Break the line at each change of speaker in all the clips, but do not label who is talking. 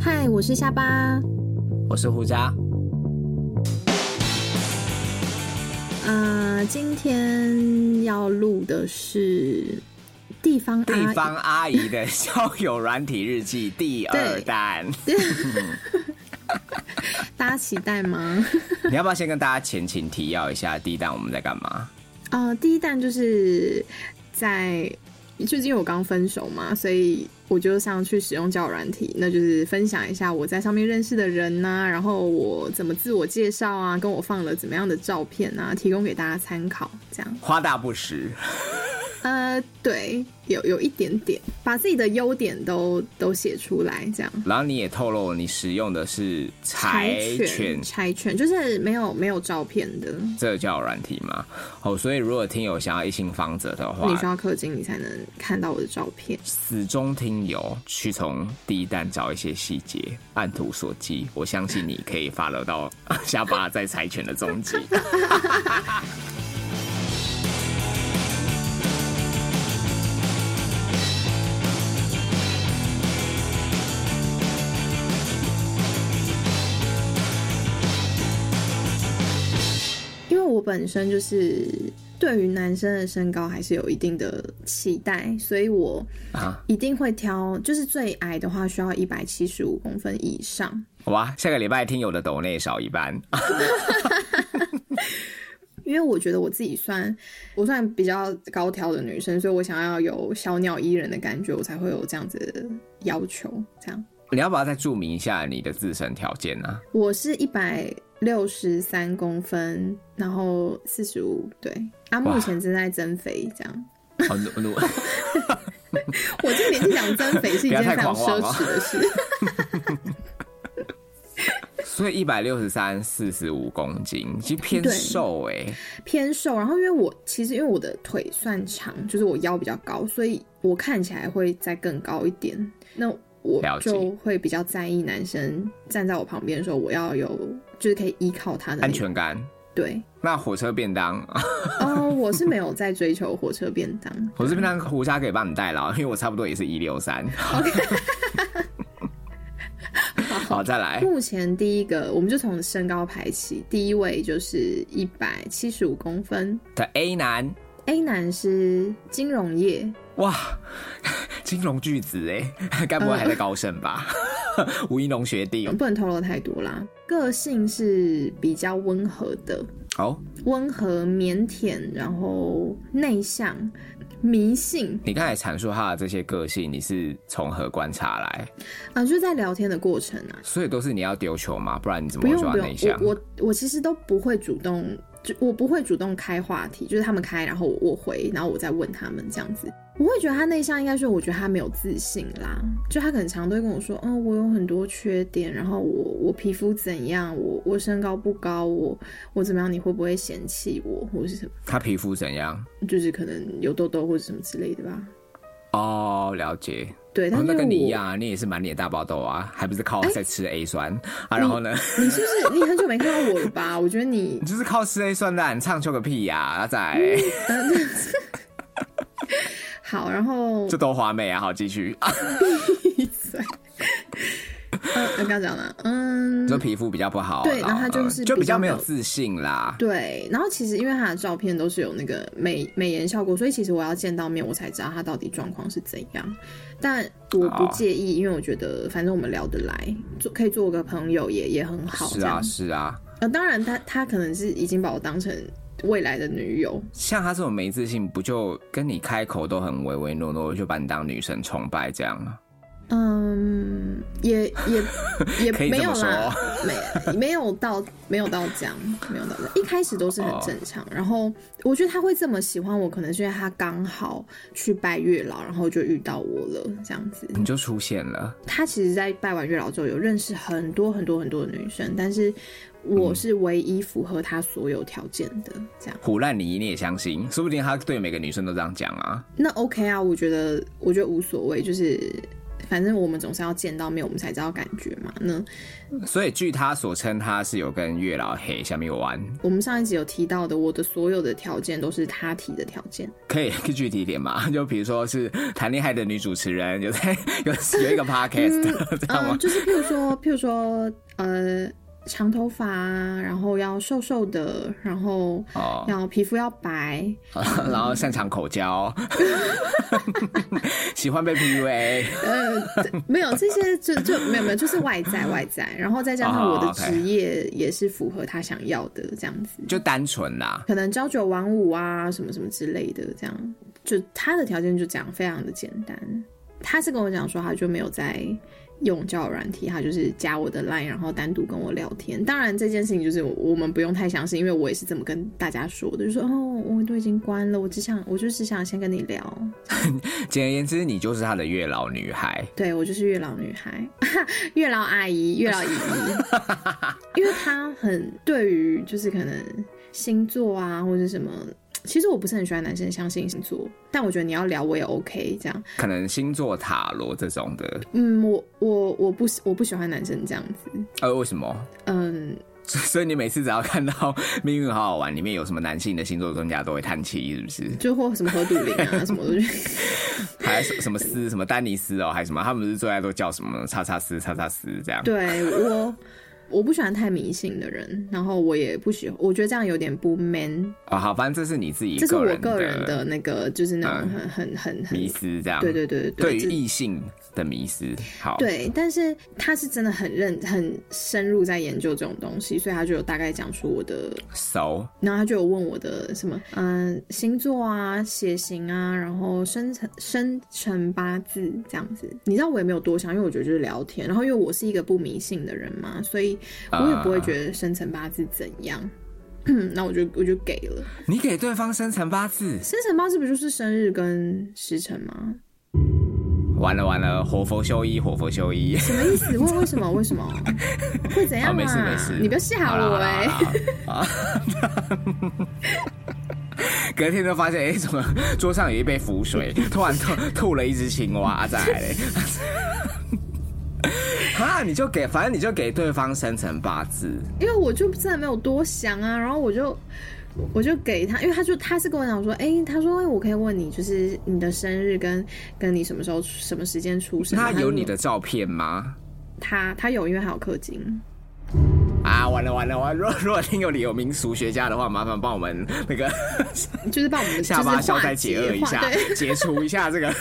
嗨，我是下巴。
我是胡渣，
啊、今天要录的是地方啊阿
地方阿姨的交友软体日记第二弹。
大家期待吗？
你要不要先跟大家前情提要一下，第一弹我们在干嘛？
呃，第一弹就是在，就是因为我刚分手嘛，所以我就上去使用交友软体，那就是分享一下我在上面认识的人呐、然后我怎么自我介绍啊，跟我放了怎么样的照片啊，提供给大家参考，这样。
花大不实，
呃，对，有有一点点，把自己的优点都都写出来，这样。
然后你也透露你使用的是柴犬
柴犬就是没有没有照片的，
这个交友软体吗？哦，所以如果听友想要一心方者的
你需
话，
要氪金你才能看到我的照片。
死忠听友去从第一弹找一些细节，按图索骥，我相信你可以发得到 下巴在柴犬的踪迹。
因为我本身就是对于男生的身高还是有一定的期待，所以我
啊
一定会挑，就是最矮的话需要一百七十五公分以上。
好吧，下个礼拜听友的抖内少一半。
因为我觉得我自己算我算比较高挑的女生，所以我想要有小鸟依人的感觉，我才会有这样子的要求。这样，
你要不要再注明一下你的自身条 件呢、啊？
我是一百六十三公分，然后四十五，对，啊，目
哇
前正在增肥，这样。
哦，努努
我这个年纪讲增肥是一件
不要
非
太
常
狂妄
奢
哦
侈的事。
所以一百六十三、四十五公斤，其实偏
对
瘦哎、
偏瘦，然后因为我其实因为我的腿算长，就是我腰比较高，所以我看起来会再更高一点。那我
了解
就会比较在意男生站在我旁边的时候，我要有就是可以依靠他的那
安。全感。
对，
那火车便当，
哦，我是没有在追求火车便当。
火车便当胡渣可以帮你代劳，因为我差不多也是一六三。好，再来。
目前第一个，我们就从身高排起，第一位就是一百七十五公分
的 A 男，
，A 男是金融业，
哇，金融巨子哎，该不会还
嗯
在高盛吧？ 吴一龙学弟
不能透露太多啦。个性是比较温和的，
哦，
温和、腼腆，然后内向、迷信
你刚才阐述他的这些个性，你是从何观察来？
啊、就是在聊天的过程啊，
所以都是你要丢球嘛，不然你怎
不
么会
用
说
不
他
用
内向，？
我我我其实都不会主动，就我不会主动开话题，就是他们开，然后我我回，然后我再问他们这样子。我会觉得他内向，应该是我觉得他没有自信啦，就他可能常都会跟我说，嗯，我有很多缺点，然后我我皮肤怎样，我我身高不高，我我怎么样，你会不会嫌弃我，或者是什么，
他皮肤怎样？
就是可能有痘痘或者什么之类的吧。
哦，了解。
对，但
哦
是、哎
那跟你一样啊，你也是满脸大爆痘啊，还不是靠在吃 A 酸、啊？然后呢，
你是不是你很久没看到我了吧？我觉得你嗯
你 就是靠吃 A 酸的啊，你唱秋个屁啊呀、阿仔，
好，然后
这都华美啊！好，继续
嗯
啊，
闭嘴。嗯，我刚讲了，嗯
你，说皮肤比较不好啊，
对
然
然后他就是
嗯就
比较
较没
没有
有自信啦。
对。然后其实因为他的照片都是有那个美美颜效果，所以其实我要见到面我才知道他到底状况是怎样。但我不
哦
介意，因为我觉得反正我们聊得来，做可以做个朋友也也很好。
是
这样
啊，是啊，
呃，当然他他可能是已经把我当成未来的女友，
像他这种没自信，不就跟你开口都很唯唯诺诺，就把你当女神崇拜这样啊吗？
嗯，也也 也
可以
没
这
有
么
啦，没没有到没有到这样，没有到这样。一开始都是很正常，
哦
然后我觉得他会这么喜欢我，可能是因为他刚好去拜月老，然后就遇到我了，这样子。
你就出现了，
他其实，在拜完月老之后，有认识很多很多很多的女生，但是我是唯一符合他所有条件的，这样。
胡乱你你也相信，说不定他对每个女生都这样讲啊。
那 OK 啊，我觉得我觉得无所谓，就是反正我们总是要见到面，我们才知道感觉嘛。那
所以据他所称，他是有跟月老黑下面玩，
我们上一集有提到的，我的所有的条件都是他提的条件。
可以 具体一点嘛？就比如说是谈恋爱的女主持人，有在 有有一个 podcast 这样
嗯、
吗？
就是譬如说， 譬如说，呃，长头发啊，然后要瘦瘦的，然后
哦，
要皮肤要白，
然后擅长口交， 喜欢被 PUA，
呃， 这没有这些就就没有没有，就是外在外在，然后再加上我
哦
的
，OK
职业也是符合他想要的这样子，
就单纯啦。
可能朝九晚五啊，什么什么之类的，这样就他的条件就这样，非常的简单。他是跟我讲说，他就没有在用交友软体，他就是加我的 line，然后单独跟我聊天。当然这件事情就是我我们不用太相信，因为我也是这么跟大家说的，就说哦，我都已经关了，我只想我就只想先跟你聊，
简而言之，你就是他的月老女孩。
对我就是月老女孩， 月老阿姨、月老姨姨，因为她很对于就是可能星座啊或者什么，其实我不是很喜欢男生相信星座，但我觉得你要聊我也 OK 这样。
可能星座塔罗这种的，
嗯，我我我不喜我不喜欢男生这样子，
呃，为什么？
嗯，
所以你每次只要看到 《命运好好玩》里面有什么男性的星座专家，都会叹气，是不是？
就或什么何笃林啊什么的，
还有什什么斯什么丹尼斯哦，还是什么？他们不是最爱都叫什么叉叉斯叉叉斯这样？
对我。我不喜欢太迷信的人，然后我也不喜，我觉得这样有点不 man，
啊、好，反正这是你自己
这是我
人
个人
的
的那个，就是那种
嗯
很很很很
迷思，这样
对对对对
对
对，
于
这
异性的迷思，好，
对，但是他是真的很认很深入在研究这种东西，所以他就有大概讲出我的，
熟
然后他就有问我的什么，嗯、星座啊、血型啊，然后生辰生辰八字这样子。你知道我也没有多想，因为我觉得就是聊天，然后因为我是一个不迷信的人嘛，所以我也不
啊
会觉得生辰八字怎样。嗯那我就我就给了
你给对方生辰八字，
生辰八字不就是生日跟时辰吗？
完了完了，活佛修一，活佛修一。
什么意思？为为什么？为什么？会怎样
好，
啊？
没事没事，
你不要吓
好啦
我哎、
好啦好啦啊隔天就发现，哎、怎么桌上有一杯 浮水，突然吐吐了一只青蛙啊再来 嘞。啊，你就给，反正你就给对方生辰八字，
因为我就真的没有多想啊，然后我就我就给他，因为他就他是跟我讲说，哎、他说、哎我可以问你，就是你的生日跟跟你什么时候出什么时间出生吗，
那有你的照片吗？
他他有，因为还有氪金，
啊，完了完了完了！如果如果听有理有民俗学家的话，麻烦帮我们那个
就是帮我们
下巴
就是
消
化
灾解厄一
化
下
对，
解除一下这个。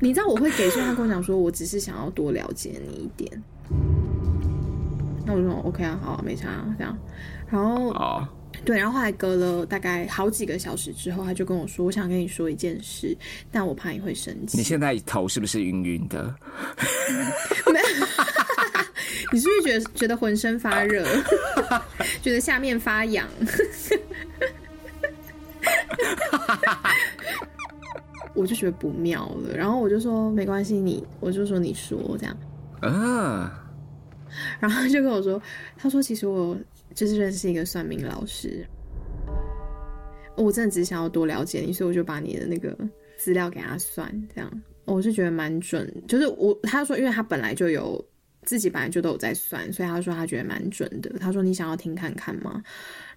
你知道我会给，所以他跟我讲说，我只是想要多了解你一点。那我就说 OK 啊，好啊，没差、啊、这样。然后
哦，
对，然后后来隔了大概好几个小时之后，他就跟我说，我想跟你说一件事，但我怕你会生气。
你现在头是不是晕晕的？
你是不是觉得觉得浑身发热，觉得下面发痒？ 我就觉得不妙了，然后我就说没关系，你我就说你说这样，
嗯、
然后他就跟我说，他说其实我就是认识一个算命老师，我真的只是想要多了解你，所以我就把你的那个资料给他算，这样我是觉得蛮准，就是我他说，因为他本来就有自己本来就都有在算，所以他说他觉得蛮准的，他说你想要听看看吗？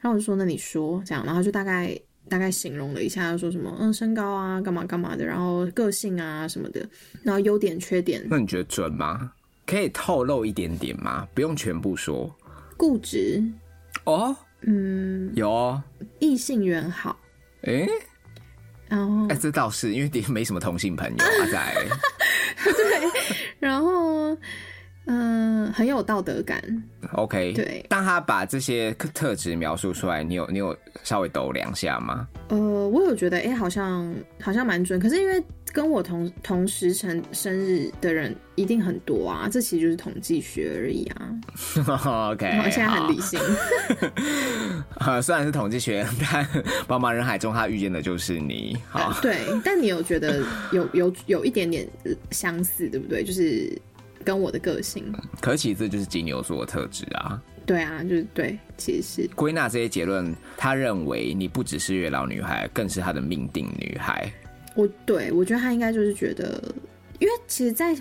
然后我就说那你说这样，然后他就大概。大概形容了一下，说什么嗯身高啊，干嘛干嘛的，然后个性啊什么的，然后优点缺点，
那你觉得准吗？可以透露一点点吗？不用全部说
固执，
哦。
嗯，
有哦，
异性缘好，
诶、
然后
哎、这倒是，因为你没什么同性朋友 啊，在
然后嗯、很有道德感，
OK。
对
当他把这些特质描述出来，你有你有稍微抖两下吗？
呃，我有觉得哎、诶好像好像蛮准，可是因为跟我同同时辰生日的人一定很多啊，这其实就是统计学而已啊。
OK，
我现在很理
好
性，
呃， 虽然是统计学，但 茫茫人海中他遇见的就是你。好，
对，但你有觉得有有有一点点呃相似，对不对？就是跟我的个性，
可喜这就是金牛座的特质啊。
对啊，就是对，其实是
归纳这些结论，他认为你不只是月老女孩，更是她的命定女孩。
我对我觉得他应该就是觉得，因为其实在，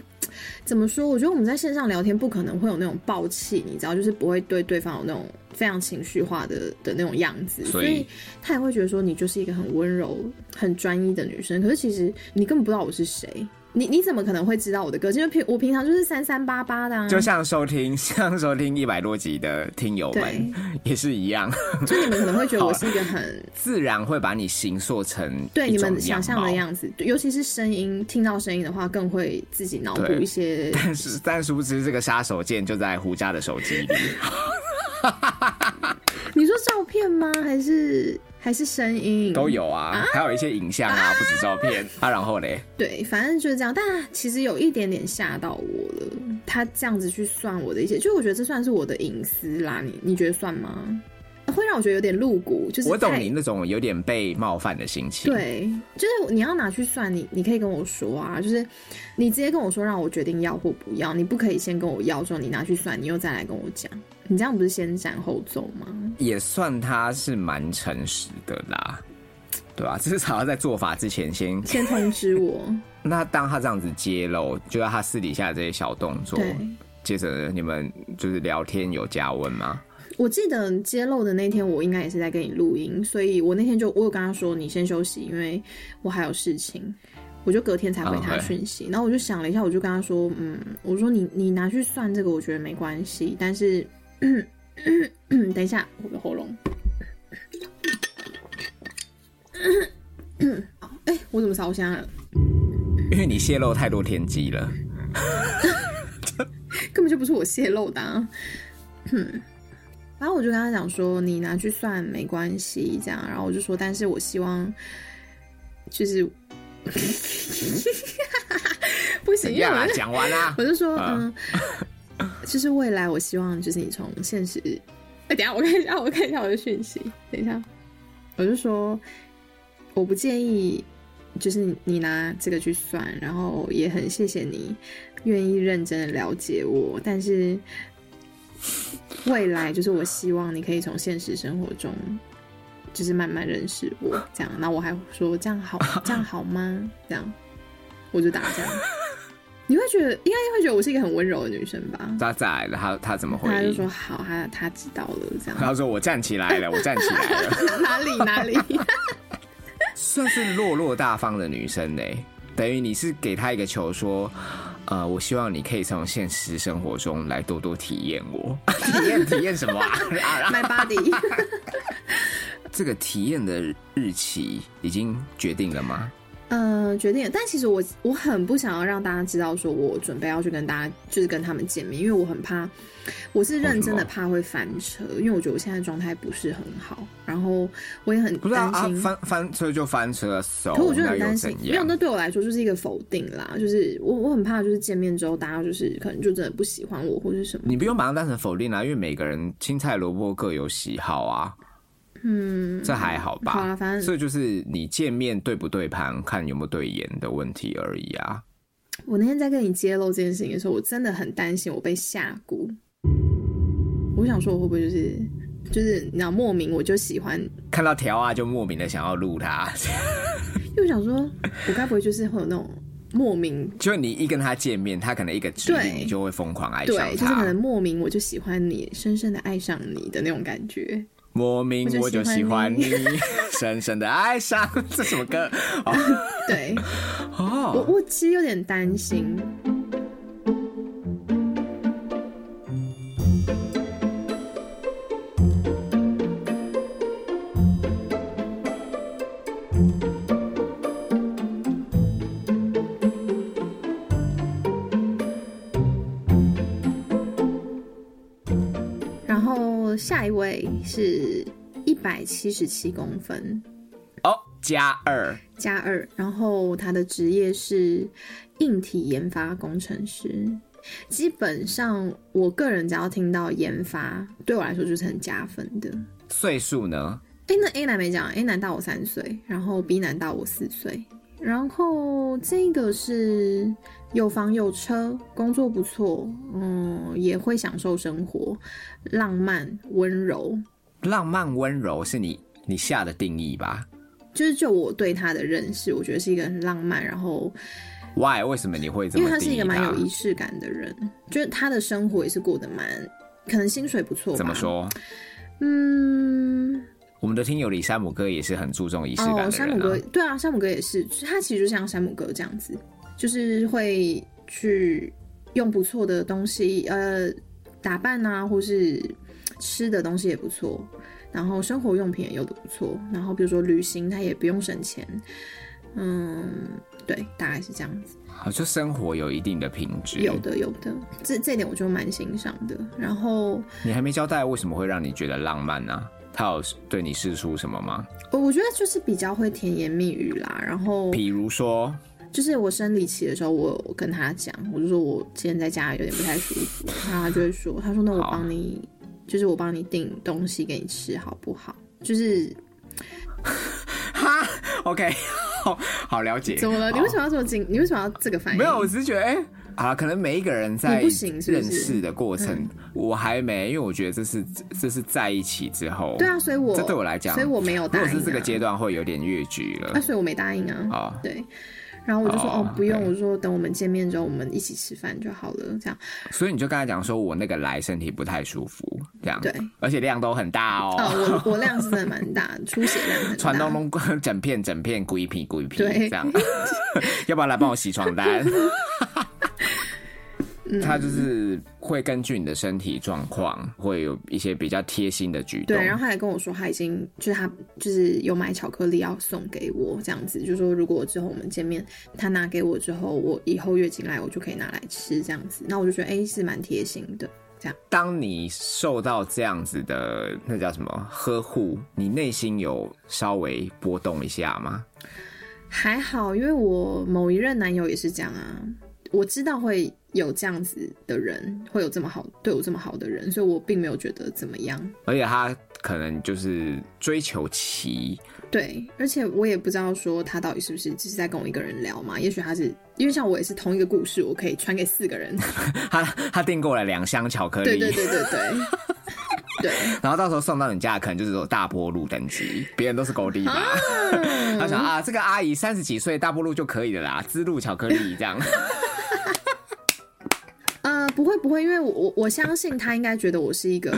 怎么说？我觉得我们在线上聊天不可能会有那种暴气，你知道，就是不会对对方有那种非常情绪化的的那种样子，
所
所
以
以他也会觉得说你就是一个很温柔、很专一的女生。可是其实你根本不知道我是谁，你你怎么可能会知道我的个性？因为平我平常就是三三八八的啊，
就像收听 像收听一百多集的听友们也是一样，
就你们可能会觉得我是一个很
自然会把你形塑成
对
一
你
种
们想象的
貌。
样子，对尤其是声音，听到声音的话，更会自己脑补
对
一 些。
但是但殊不知这个杀手锏就在胡家的手机 里，
你说照片吗？还是还是声音？
都。有啊，还有一些影像啊，不止照片啊。然后嘞，
对，反正就是这样。但其实有一点点吓到我了。他这样子去算我的一些，就我觉得这算是我的隐私啦。你你觉得算吗？会让我觉得有点露骨，就是
我懂
太
你那种有点被冒犯的心情。，
对，就是你要拿去算，你你可以跟我说啊，就是你直接跟我说，让我决定要或不要，你不可以先跟我要之后你拿去算，你又再来跟我讲，你这样不是先斩后奏 吗？
也算他是蛮诚实的啦，对吧、至少在做法之前先
先通知我，
那当他这样子揭露，就是他私底下的这些小动作，
对。
接着你们就是聊天有加温吗？
我记得揭露的那天，我应该也是在跟你录音，所以我那天就我有跟他说你先休息，因为我还有事情，我就隔天才回他啊
OK
讯息。然后我就想了一下，我就跟他说，嗯，我说你你拿去算这个，我觉得没关系，但是， 等一下我的喉咙， 哎、我怎么烧香了？
因为你泄露太多天机了，
根本就不是我泄露的、啊。嗯然后我就跟他讲说，你拿去算没关系，这样。然后我就说，但是我希望就是， 不行，
怎
因为
样啊
我？就
讲完 啦、
我就说，
啊
嗯，就是未来我希望就是你从现实，哎、等一下我看一下，我看一下我的讯息，等一下，我就说，我不建议，就是你拿这个去算，然后也很谢谢你愿意认真的了解我，但是未来就是我希望你可以从现实生活中。就是慢慢认识我这样，那我还说这样好，这样好吗？这样，我就打这样。你会觉得，应该会觉得我是一个很温柔的女生吧？
他再来了，他他怎么回
他就说
应？
好，他他知道了，这样
他说我站起来了，我站起来了，
哪里哪里，
算是落落大方的女生嘞、等于你是给他一个球说。呃，我希望你可以从现实生活中来多多体验我， 体验体验什么啊？ 啊啊
My body，
这个体验的日期已经决定了吗？
呃，决定了。但其实我我很不想要让大家知道，说我准备要去跟大家就是跟他们见面，因为我很怕，我是认真的
为什么
怕会翻车，因为我觉得我现在状态不是很好，然后我也很
不是啊
担
啊
心，
翻翻车就翻车，手
可我就
那
很
又
担
怎
心，没有，
样
那？对我来说就是一个否定啦，就是我我很怕就是见面之后大家就是可能就真的不喜欢我或是什么。
你不用把它当成否定啊，因为每个人青菜萝卜各有喜好啊，
嗯，
这还好吧？
好啦反正
这就是你见面对不对盘，看有没有对眼的问题而已啊。
我那天在跟你揭露这件事情的时候，我真的很担心我被下蛊。我想说，我会不会就是就是你知道莫名我就喜欢，
看到条啊，就莫名的想要录他，
因为我想说，我该不会就是会有那种莫名
就你一跟他见面，他可能一个指
对
令，你就会疯狂爱上
对，就是可
他
能。莫名我就喜欢你，深深的爱上你的那种感觉。
莫名我
我
就
就
喜
喜
欢
欢
你
你，
深深的爱上， 这什么歌？哦
对我，
哦，
我其实有点担心。然后下一位是一百七十七公分，
哦，加二。
加二，然后他的职业是硬体研发工程师。基本上，我个人只要听到研发，对我来说就是很加分的。
岁数呢？
哎，那 A 男没讲，A 男大我三岁，然后 B 男大我四岁，然后这个是有房有车，工作不错，嗯，也会享受生活，浪漫温柔，
浪漫温柔是你你下的定义吧？
就是就我对他的认识，我觉得是一个很浪漫，然后
Why？为什么你会这
因
么？
为
定
他
义
是一个蛮有仪式感的人，就是他的生活也是过得蛮，可能薪水不错。
怎么？说？
嗯，
我们的听友里，山姆哥也是很注重仪式感
哦，
的
山姆
人、啊
哥，对啊，山姆哥也是，他其实就像山姆哥这样子，就是会去用不错的东西，呃，打扮啊，或是吃的东西也不错，然后生活用品也用的不错，然后比如说旅行，他也不用省钱，嗯，对，大概是这样子，
好，就生活有一定的品质。
有的有的，这这点我就蛮欣赏的。然后
你还没交代为什么会让你觉得浪漫呢、他有对你示出什么吗？
我我觉得就是比较会甜言蜜语啦，然后
比如说，
就是我生理期的时候，我有跟他讲，我就说我今天在家有点不太舒服，然后他就会说，他说那我
好
帮你，就是我帮你订东西给你吃好不好？就是
哈，OK，好好了解。
怎么了？你为什么要这么紧？你为什么要这个反应？
没有，我只是觉得，哎、啊，可能每一个人在
你不行是不嗯
认
是
识的过程，我还没，因为我觉得这是这是在一起之后，
对啊，，所以我
这对我来讲
所以我没有
如
答
果
应、啊。
是这个阶段会有点越剧
啊，
了。
所以我没答应啊。
哦，
对，然后我就说
哦
哦不用，
对
我说等我们见面之后，我们一起吃饭就好了，这样。
所以你就跟他讲说，我那个来身体不太舒服，这样，
对，
而且量都很大哦，
哦，我我量是真的蛮大，出血量很大。
传东东整片整片龟皮龟皮
对
这样， 要不要来帮我洗 床单？
嗯
他就是会根据你的身体状况，会有一些比较贴心的举动
对，。然后他还跟我说他已经就是他就是有买巧克力要送给我这样子，就说如果之后我们见面，他拿给我之后，我以后月经来我就可以拿来吃这样子。那我就觉得哎、诶是蛮贴心的，
当你受到这样子的那叫什么呵护，你内心有稍微波动一下吗？
还好，因为我某一任男友也是这样啊，我知道会有这样子的人，会有这么好对我这么好的人，所以我并没有觉得怎么样。
而且他可能就是追求其
对，而且我也不知道说他到底是不是只是在跟我一个人聊嘛，也许他是因为像我也是同一个故事，我可以传给四个人。
他他订购了两箱巧克力，
对对对对对。对，
然后到时候送到你家，可能就是有大波路等级，别人都是狗弟
啊
嘛。 他想啊，这个阿姨三十几岁，大波路就可以的啦，滋露巧克力这样。
呃，不会不会，因为我我我相信他应该觉得我是一个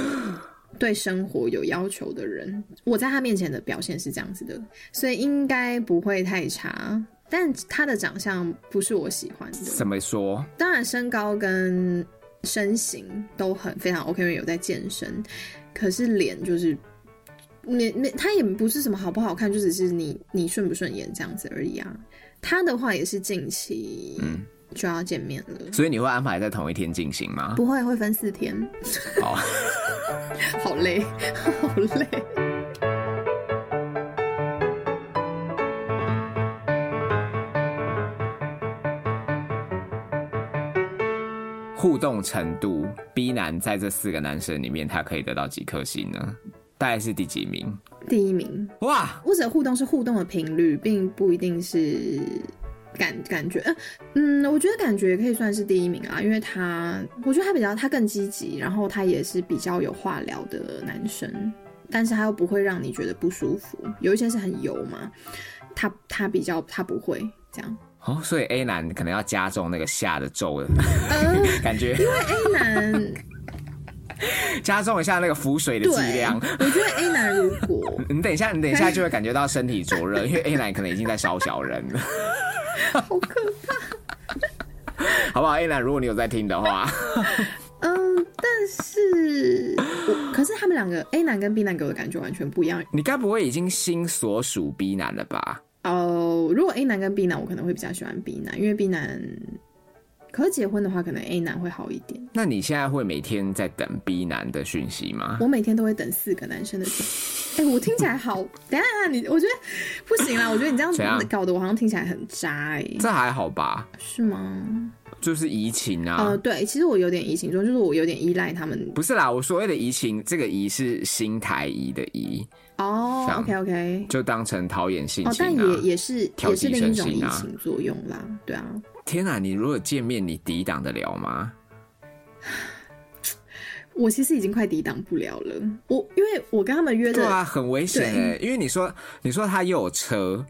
对生活有要求的人，我在他面前的表现是这样子的，所以应该不会太差。但他的长相不是我喜欢的，
怎么说？
当然身高跟身形都很非常 OK，因为有在健身，可是脸就是。你你他也不是什么好不好看，就只是你你顺不顺眼这样子而已啊。他的话也是近期就要见面了，
所以你会安排在同一天进行吗？
不会，会分四天，
哦，
好累， 好累。
互动程度，B 男在这四个男生里面，他可以得到几颗星呢？大概是第几名？
第一名，
哇，
我指的互动是互动的频率，并不一定是感感觉。呃嗯，我觉得感觉也可以算是第一名啊，因为他，我觉得他比较他更积极，然后他也是比较有话聊的男生，但是他又不会让你觉得不舒服。有一些是很油嘛，他他比较他不会这样。
哦，所以 A 男可能要加重那个下的咒的
呃
感觉，
，A 男，
加重一下那个浮水的
对，
剂量。
我觉得 A 男如果
你等一下，你等一下就会感觉到身体 灼热，因为 A 男可能已经在烧小人了。
好可
好不好？A 男，如果你有在听的话，
嗯，但是我可是他们两个 A 男跟 B 男给我的感觉完全不一样
你该不会已经心所属 B 男了吧？
哦。如果 A 男跟 B 男，我可能会比较喜欢 B 男，因为 B 男可是结婚的话，可能 A 男会好一点。
那你现在会每天在等 B 男的讯息吗？
我每天都会等四个男生的讯 息。哎、我听起来好，等一下你，我觉得不行啊啦，我觉得你这样子
怎样
搞得我好像听起来很渣哎、
这还好吧，
是吗？
就是移情啊。
呃，对，其实我有点移情中，就是我有点依赖他们
不是啦，我所谓的移情，这个移是新台移的移，
哦。
像
OK OK，
就当成讨厌性
哦，但
情啊。
也也是
调
也是
剂
另一
身
种移
心啊
情作用啦，对啊。
天哪、你如果见面，你抵挡得了吗？
我其实已经快抵挡不了了。我因为我跟他们约
对
的，
啊，很危险哎、因为你说你说他又有车，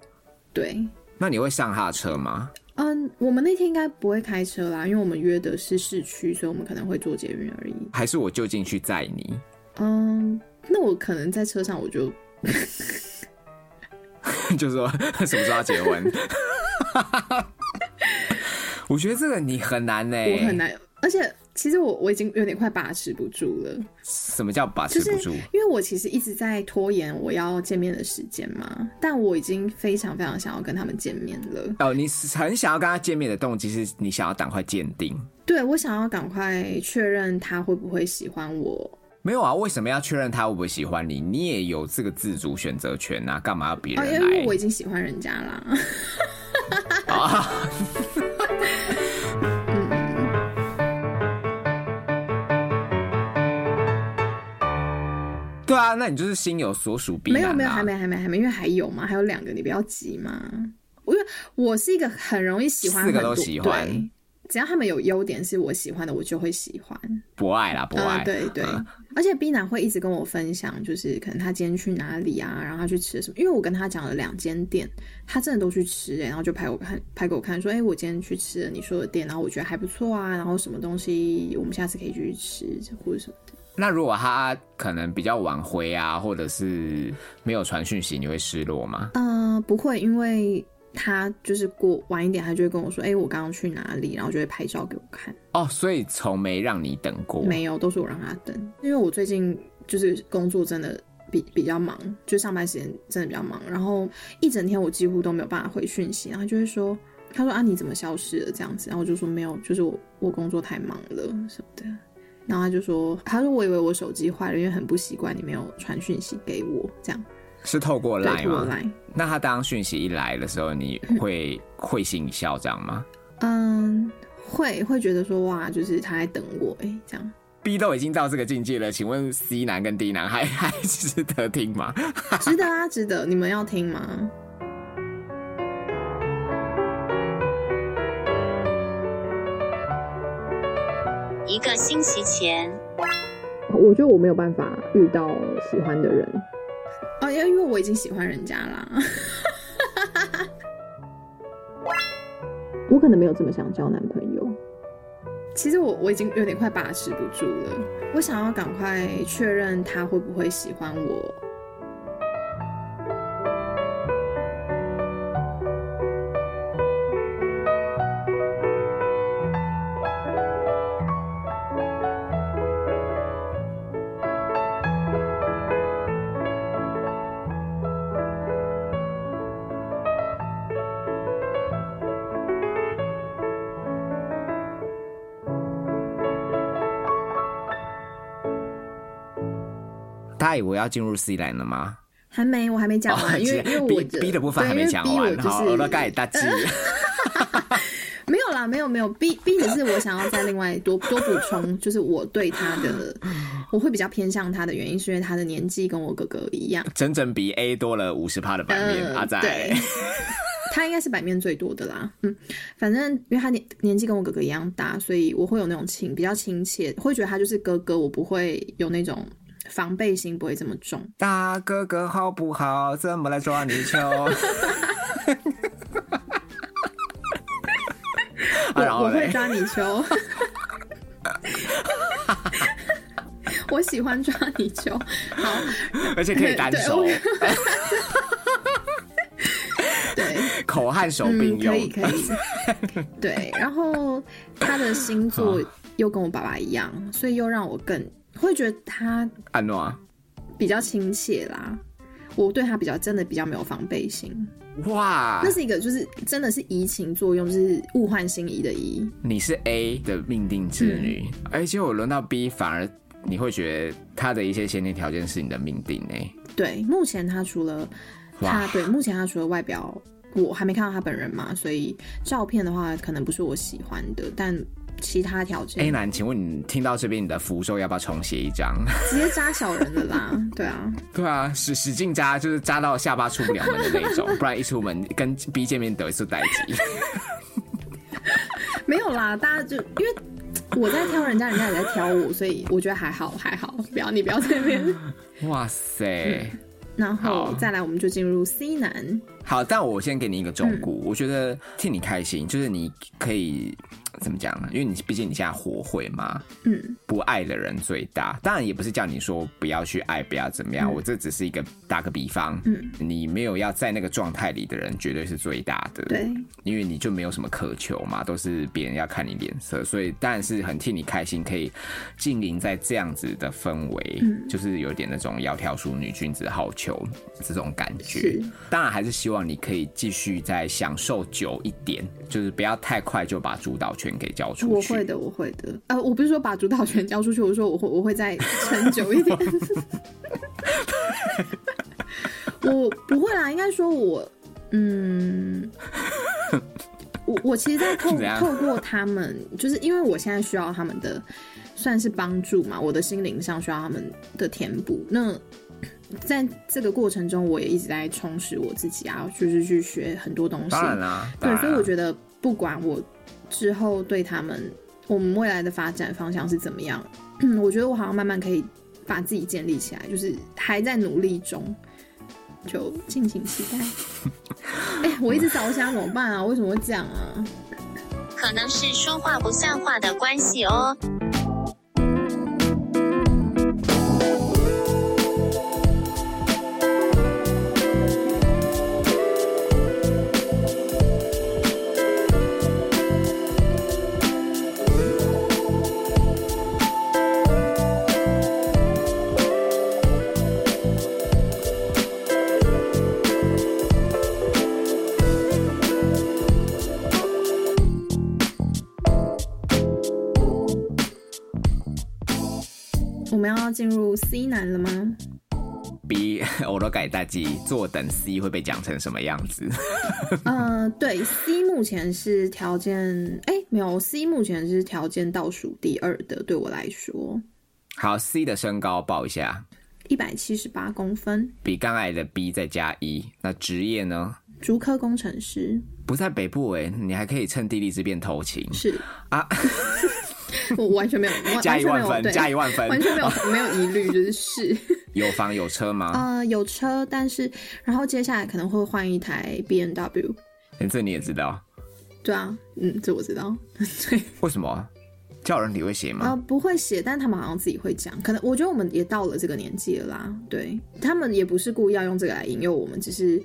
对，
那你会上他的车吗？
嗯，我们那天应该不会开车啦，因为我们约的是市区，所以我们可能会坐捷运而已。
还是我就近去载你？
嗯，那我可能在车上我就
就说什么时候要结婚？ 我觉得这个你很难呢、
我很。难，而且其实我我已经有点快把持不住了，
什么叫把持
就是
不住？
因为我其实一直在拖延我要见面的时间嘛，但我已经非常非常想要跟他们见面了。
哦，你是很想要跟他见面的动机是你想要赶快鉴定？
对我想要赶快确认他会不会喜欢我，
没有啊，为什么要确认他会不会喜欢你？你也有这个自主选择权啊，干嘛要别
哦，
人
因为
来
我？已经喜欢人家啦。
对啊，那你就是心有所属必
没
然、啊。
有没有，还没还没还没，因为还有嘛，还有两个，你不要急嘛。因为我是一个很容易喜欢
四
很
个
多，
都喜欢
对，只要他们有优点是我喜欢的，我就会喜欢。
不爱啦，不爱。
啊，对对，而且 B 男会一直跟我分享，就是可能他今天去哪里啊，然后他去吃了什么。因为我跟他讲了两间店，他真的都去吃、欸，然后就拍我看，拍给我看，说，哎、我今天去吃了你说的店，然后我觉得还不错啊，然后什么东西我们下次可以去吃或者什么的。
那如果他可能比较晚回啊，或者是没有传讯息，你会失落吗？
呃，不会，因为他就是过晚一点，他就会跟我说，哎、我刚刚去哪里，然后就会拍照给我看。
哦，所以从没让你等过。
没有，都是我让他等，因为我最近就是工作真的比比较忙，就上班时间真的比较忙，然后一整天我几乎都没有办法回讯息，然后他就会说，他说啊你怎么消失了这样子，然后我就说没有，就是我我工作太忙了什么的，然后他就说，他说我以为我手机坏了，因为很不习惯你没有传讯息给我这样，
是透过
对，
来
我
吗？
来，
那他当讯息一来的时候，你会会心一笑这样吗
嗯，会会觉得说哇，就是他在等我哎、这样。
？B 都已经到这个境界了，请问 C 男跟 D 男还 还值得听吗？
值得啊，值得！你们要听吗？
一个星期前，
我觉得我没有办法遇到喜欢的人。哦，因为因为我已经喜欢人家啦。 我可能没有这么想交男朋友。其实我我已经有点快把持不住了，我想要赶快确认他会不会喜欢我。
他以为要进入 C 男了吗？
还没，我还没讲完，
哦
因 为因为我
B B 的部分
对
还没
因为
讲
B 我
完，
就
好，
是呃
我都盖大忌。
没有啦，没有没有，B B 只是我想要再另外 多多补充，就是我对他的，我会比较偏向他的原因，是因为他的年纪跟我哥哥一样，
整整比 A 多了五十趴的版面，阿仔、
呃对， 他应该是版面最多的啦。嗯，反正因为他年年纪跟我哥哥一样大，所以我会有那种亲比较亲切，会觉得他就是哥哥，我不会有那种防备心，不会这么重。
大哥哥好不好？怎么来抓泥 鳅？
我
啊、然后
我会
嘞，
抓泥 鳅， 我喜欢抓泥鳅。好，
而且可以 单
对
手，
对。
口和手
嗯，
并
可
用。
以可以。 对，然后他的星座又跟我爸爸一样，所以又让我更会觉得他
安诺啊，
比较亲切啦。我对他比较真的比较没有防备心，
哇
那，是一个就是真的是移情作用，就是物换星移的移。
你是 A 的命定之女，
嗯
而且我轮到 B，反而你会觉得他的一些先天条件是你的命定呢、哎
对，目前他除了他
哇
对目前他除了外表，我还没看到他本人嘛，所以照片的话可能不是我喜欢的，但其他条
A
件
男，请问你听到这边，你的符咒要不要重写一 张？
直接扎小人了啦。对啊，
对啊，使使劲扎，就是扎到下巴出不了门的那一 种，不然一出门跟 B 见面得一次代机。
没有啦，大家就因为我在挑人家，人家也在挑我，所以我觉得还好，还好，不要你不要在那边。
哇塞！
嗯然
好
后再来，我们就进入 C 男，
好，但我先给你一个忠
嗯
告，我觉得替你开心，就是你可以怎么讲呢？因为你毕竟你现在火会嘛，
嗯，
不爱的人最大。当然也不是叫你说不要去爱，不要怎么样，我这只是一个打个比方，
嗯，
你没有要在那个状态里的人，绝对是最大的，
对，
因为你就没有什么渴求嘛，都是别人要看你脸色，所以当然是很替你开心，可以浸淫在这样子的氛围，
嗯
就是有点那种窈窕淑女，君子好逑这种感觉
是。
当然还是希望你可以继续再享受久一点，就是不要太快就把主导权给交出
我
去。
会的，我会的。呃，我不是说把主导权交出去，我说我会，我会再撑久一点。我不会啦，应该说我，嗯，我我其实在透
怎样
透过他们，就是因为我现在需要他们的算是帮助嘛，我的心灵上需要他们的填补。那在这个过程中，我也一直在充实我自己啊，就是去学很多东西。
当然啦，
对，
当然
所以我
啦
觉得不管我之后对他们，我们未来的发展方向是怎么样，我觉得我好像慢慢可以把自己建立起来，就是还在努力中，就敬请期待。 哎、我一直着想怎么办啊？为什么会这样啊？
可能是说话不算话的关系哦。
我们要进入 C 男了吗？
B 我都改大忌，坐等 C 会被讲成什么样子？
呃，对，C 目前是条件，哎、没有，C 目前是条件倒数第二的，对我来说，
好，C 的身高报一下，
一百七十八公分，
比刚才的 B 再加一。那职业呢？
竹科工程师
不在北部哎、你还可以趁地利之便偷情
是
啊！
我完全没有，完
加
啊完全
一
没
万
有，
分，
对，
加一万
完
分。
全没有没有疑虑，就是是
有房有车吗？
呃有车，但是然后接下来可能会换一台 B N W，
欸这你也知道？
对啊，嗯，这我知道，对，
为什么？叫人体会写
然后
吗？
不会写，但他们好像自己会讲，可能我觉得我们也到了这个年纪了啦，对他们也不是故意要用这个来引诱我们，只是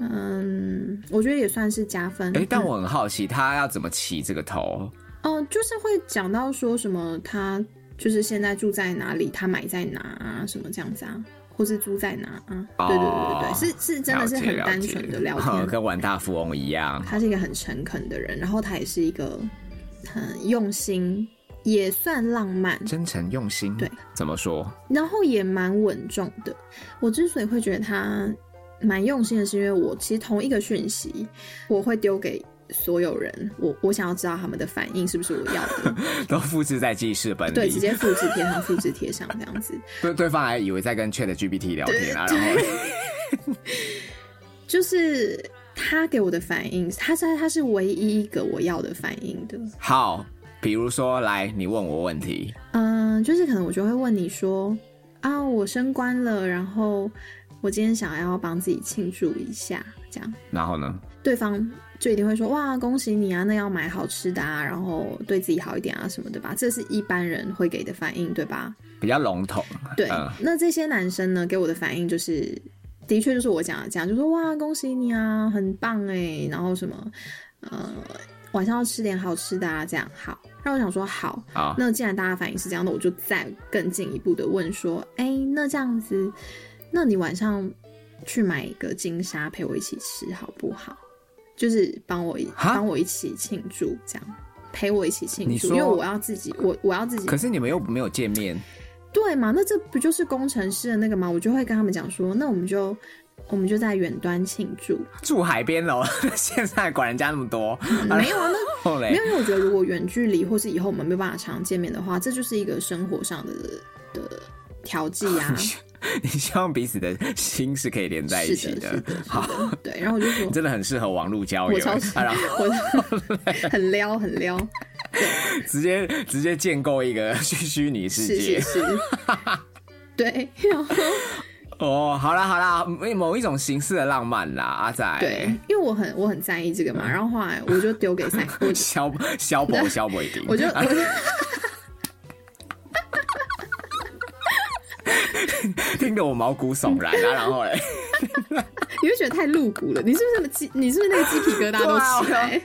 嗯，我觉得也算是加分，
哎、但
嗯
我很好奇，他要怎么起这个头？
哦、就是会讲到说什么他就是现在住在哪里，他买在哪啊，什么这样子啊，或是租在哪啊？
哦
对对对对对，是是真的是
了解
很单纯的聊
了解
天。
跟玩大富翁一 样。
他是一个很诚恳的人，然后他也是一个很用心，也算浪漫，
真诚用心，
对，
怎么说？
然后也蛮稳重的。我之所以会觉得他蛮用心的，是因为我其实同一个讯息，我会丢给所有人，我我想要知道他们的反应是不是我要的。
都复制在记事本
对，
里，
直接复制贴上，复制贴上这样子，
对对方还以为在跟 Chat GPT 聊天啊，然后
就是他给我的反应，他是他是唯一一个我要的反应的。
好，比如说来，你问我问题，
嗯，就是可能我就会问你说啊，我升官了，然后我今天想要帮自己庆祝一下，这样
然后呢？
对方就一定会说哇，恭喜你啊，那要买好吃的啊，然后对自己好一点啊什么的吧，这是一般人会给的反应，对吧？
比较笼统，
对，
嗯
那这些男生呢，给我的反应就是，的确就是我讲的这样，就说哇，恭喜你啊，很棒哎，然后什么，呃，晚上要吃点好吃的啊，这样好。那我想说好，
好，
那既然大家反应是这样的，我就再更进一步的问说，哎、那这样子，那你晚上去买一个金沙陪我一起吃好不好？就是帮我一
哈
帮我一起庆祝这样。陪我一起庆
你
祝，
说
因为我要自己，我我要自己
可是你们又没有见面，
对嘛？那这不就是工程师的那个吗？我就会跟他们讲说，那我们就我们就在远端庆祝。
住海边楼， 现在管人家那么多，
没有啊，那
后
没
嘞
有，，因为我觉得如果远距离或是以后我们没有办法常见面的话，这就是一个生活上的的调剂 啊。
你希望彼此的心是可以连在一起
是的，是的，是的。对， 然后我就说
你，真的很适合网络交啊
我
友
超，喜
啊然后
我很撩很撩。
直接直接建构一个 虚虚拟世
是
界
是。 是，对，然后
哦，好啦好啦，某某一种形式的浪漫啦，阿仔。
对，因为我很我很在意这个
嗯
嘛，然后后来我就丢给赛，我
消 消博消博一定，
我就我就
听得我毛骨悚然啊，然后嘞，
你会觉得太露骨了，你是不是鸡？你是不是那个鸡皮疙瘩都起来？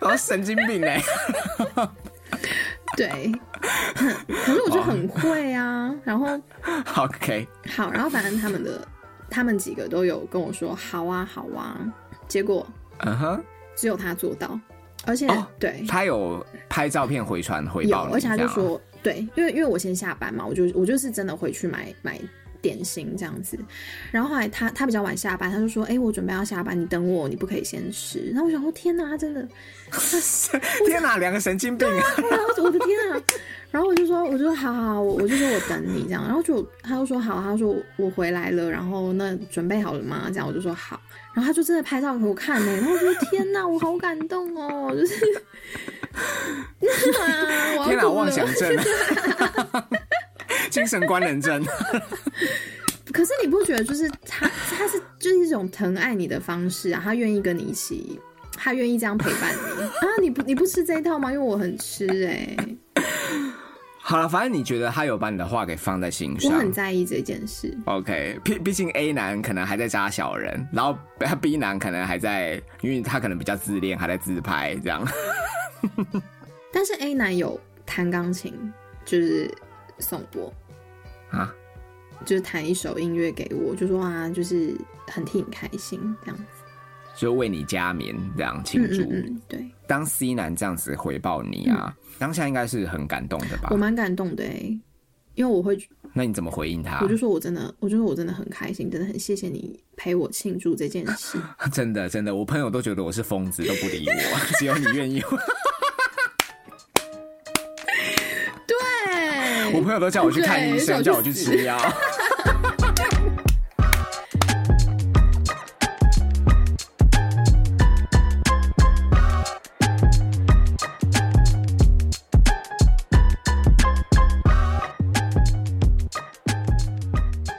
然后神经病
欸
嘞，啊
对，可是我就很会啊。然后
OK，
好，然后反正他们的他们几个都有跟我说好啊好啊，结果
嗯哼，
只有他做到，而且、
哦
对
他有拍照片回传回
有，
报你，
而且他
这
就
样啊
说对，因为因为我先下班嘛，我就我就是真的回去买买。点心这样子，然后后来他他比较晚下班，他就说：“哎、我准备要下班，你等我，你不可以先吃。”然后我想说：“天哪，他真的
天哪，两个神经病啊！
然后我的天啊！然后我就说，我就说好好好，我我就说我等你这样。然后就他就说好，他说我回来了，然后那准备好了吗？这样我就说好。然后他就真的拍照给我看呢、然后我就说天哪，我好感动哦，就是， 啊，我
天
要
哪，
哭
妄
了。
想症，啊 精神官能症，
可是你不觉得就是他他是就是一种疼爱你的方式啊？他愿意跟你一起，他愿意这样陪伴你啊？你不你不吃这一套吗？因为我很吃哎、
好了，反正你觉得他有把你的话给放在心
我
上
很在意这件事。
，OK？毕毕竟 A 男可能还在扎小人，然后呃 B 男可能还在，因为他可能比较自恋，还在自拍这样。
但是 A 男有弹钢琴，就是送我，
啊，
就是弹一首音乐给我，就说啊，就是很替你开心这样子。
就为你加冕这样庆
嗯
祝。
嗯嗯，对
当 C 男这样子回报你啊，当下应该是很感动的吧
我？蛮感动的哎、因为我会，
那你怎么回应他
我？就说我真的，我就说我真的很开心，真的很谢谢你陪我庆祝这件 事。
真的真的，我朋友都觉得我是疯子，都不 理我，只有你愿意。
对，
我朋友都叫我去看医生，
对
叫我去吃药。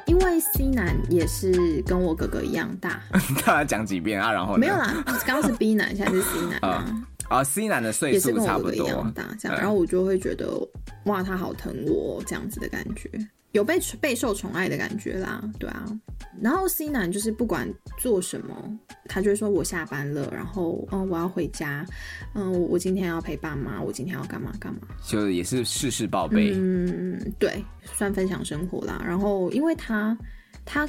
因为 C 男也是跟 我哥哥一样大，
他要讲几遍啊？然后呢
没有啦，刚刚是 B 男，现在是 C 男啊。
啊，C 男的岁
也是
数
跟
差
我
不
哥一样
多。
大，这样，然后我就会觉得哇，他好疼我这样子的感觉，有被备受宠爱的感觉啦，对啊。然后 C 男就是不管做什么，他就会说我下班了，然后嗯我要回家，嗯我我今天要陪爸妈，我今天要干嘛干嘛，
就也是事事报备。
嗯对，算分享生活啦。然后因为他他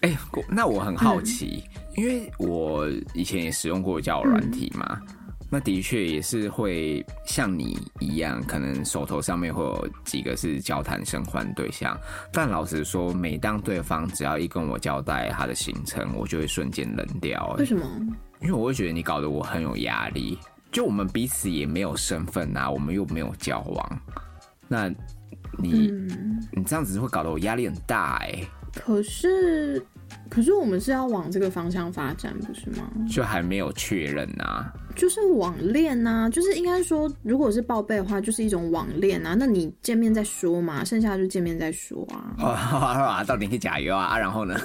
哎、我那我很
嗯
好奇，因为我以前也使用过交友软体嘛，
嗯
那的确也是会像你一样，可能手头上面会有几个是交谈生换对象。但老实说，每当对方只要一跟我交代他的行程，我就会瞬间冷掉、哎
为什么？
因为我会觉得你搞得我很有压力。就我们彼此也没有身份啊，我们又没有交往，那你、
嗯，
你这样子会搞得我压力很大哎、
可是可是我们是要往这个方向发展，不是吗？
就还没有确认啊。
就是网恋呐、就是应该说，如果是报备的话，就是一种网恋啊。那你见面再说嘛，剩下就见面再说啊。
哦，好啊好啊，到底是加油啊啊！然后 呢，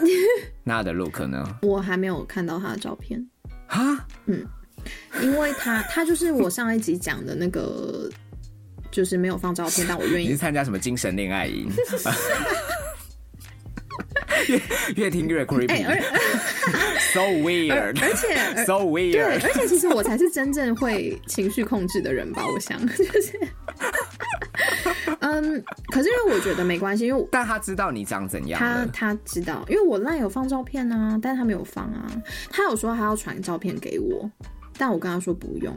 那他的 look 呢？
我还没有看到他的照片，
啊，
因为他他就是我上一集讲的那个，就是没有放照片，但我愿
你是
意。
参加什么精神恋爱 营？越越听越 creepy，so weird，so
哎而且，而对，
weird。
而且其实我才是真正会情绪控制的人吧，我想， 就是，嗯，可是因为我觉得没关系，因为我
但他知道你长怎样
他
了，
他知道，因为我那有放照片啊，但是他没有放啊。他有说他要传照片给我，但我跟他说不用，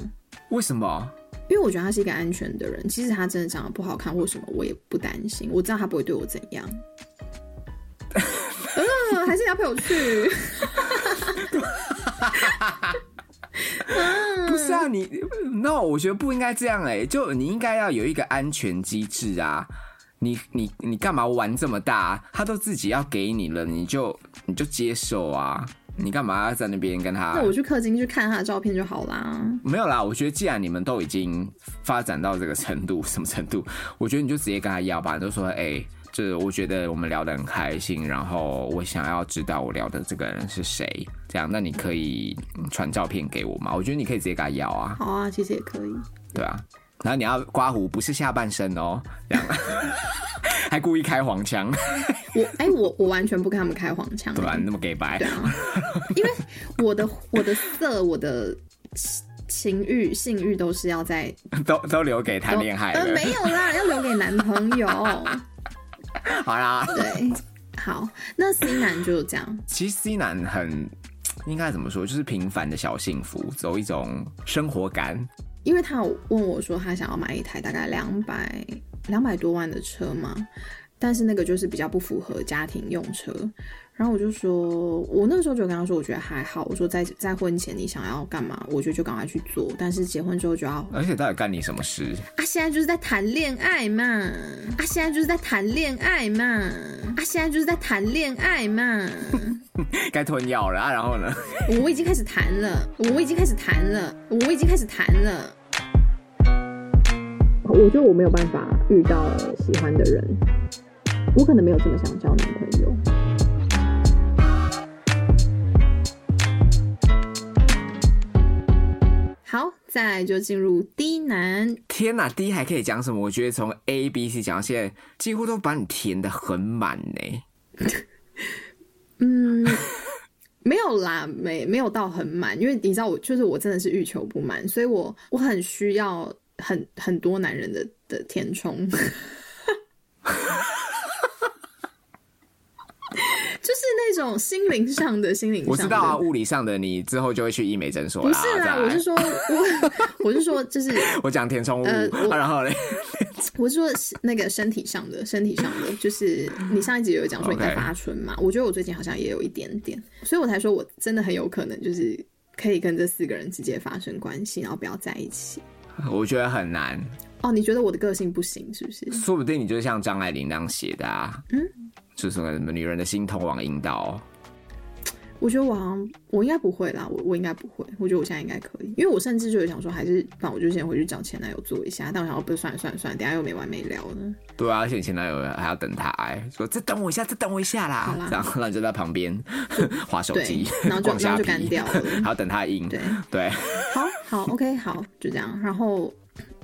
为什么？
因为我觉得他是一个安全的人。即使他真的长得不好看或什么，我也不担心，我知道他不会对我怎 样。嗯，还是你要陪我 去？
不是啊，你 no，我觉得不应该这样哎、就你应该要有一个安全机制啊。你你你干嘛玩这么大、他都自己要给你了，你就你就接受啊。你干嘛要在那边跟他
那？我去氪金去看他的照片就好啦。
没有啦，我觉得既然你们都已经发展到这个程度， 什么程度？我觉得你就直接跟他要吧，你就说，哎、就是我觉得我们聊得很开心，然后我想要知道我聊的这个人是谁，这样，那你可以嗯传照片给我吗？我觉得你可以直接跟他要啊，
好啊，其实也可以。
对啊。然后你要刮胡，不是下半身哦，这样， 还故意开黄腔，
我哎、我我完全不跟他们开黄腔、欸
对吧、你那么给白
对，啊，因为我的我的色，我的情欲、性欲都是要在
都都留给谈恋爱
呃，
了。
没有啦， 要留给男朋友。
好啦，
对，好，那 C 男就这样。
其实 C 男很应该怎么说，就是平凡的小幸福，走一种生活感。
因为他有问我说他想要买一台大概两百两百多万的车嘛，但是那个就是比较不符合家庭用车。然后我就说，我那时候就跟他说，我觉得还好。我说在在婚前你想要干嘛，我觉得就赶快去做。但是结婚之后就要
而且到底干你什么事？
啊，现在就是在谈恋爱嘛，啊，现在就是在谈恋爱嘛，啊，现在就是在谈恋爱嘛。
该吞药了啊！然后呢？
我已经开始谈了，我已经开始谈了，我已经开始谈了。我觉得我没有办法遇到喜欢的人，我可能没有这么想交男朋友。好，再来就进入 D 男，
天哪，第一还可以讲什么？我觉得从 A、B、C 讲到现在，几乎都把你填的很满呢。
嗯，没有啦，没没有到很满，因为你知道我就是我真的是欲求不满，所以我我很需要很很多男人的的填充。就是那种心灵上的心灵上的，
我知道啊，物理上的你之后就会去医美诊所
不
啦。
是
再
啦，
来
我是 说，我我是说，就是
我讲填充物，
呃我
啊然后嘞，
我是说那个身体上的，身体上的，就是你上一集有讲说你在
OK
发春嘛我觉得我最近好像也有一点点，所以我才说我真的很有可能就是可以跟这四个人直接发生关系，然后不要在一起。
我觉得很难，
哦，你觉得我的个性不行是不是？
说不定你就像张爱玲那样写的啊，嗯，就是什么女人的心通往阴道。
我觉得我好像我应该不会啦，我我应该不会，我觉得我现在应该可以，因为我甚至就有想说，还是那我就先回去找前男友做一下，但我想要不是算了算了算了，等一下又没完没了了。
对啊，而且你前男友还要等他、哎，说再等我一下，再等我一下啦
好，啦
这样，那你就在旁边 划手机
对然后，就
逛虾
然后
皮，
就干掉了
还要等他应，
对，
对，
好好 OK 好，就这样，然后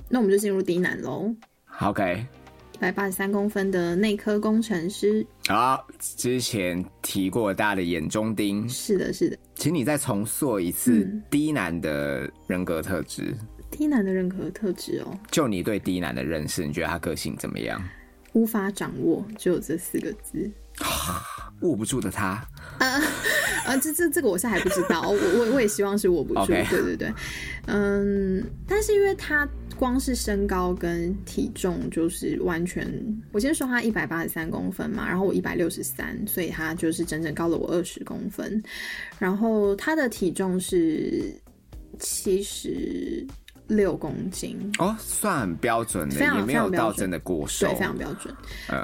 那我们就进入第一男喽。
好 OK。
一百八十三公分的内科工程师。
好，之前提过大家的眼中钉，
是的，是的
请你再重塑一次
嗯
低男的人格特质。
，T 男的认可特质哦，
就你对低男的认识，你觉得他个性怎么样？
无法掌握，只有这四个字。
握不住的他，
啊，这这这个我是还不知道，我 我我也希望是握不住。
OK
对对对，嗯，但是因为他光是身高跟体重就是完全，我先说他一百八十三公分嘛，然后我一百六十三，所以他就是整整高了我二十公分，然后他的体重是七十六公斤，
哦，算很标准的，
非常
也没有
非常标
到
准
真的过瘦
对，，非常标准。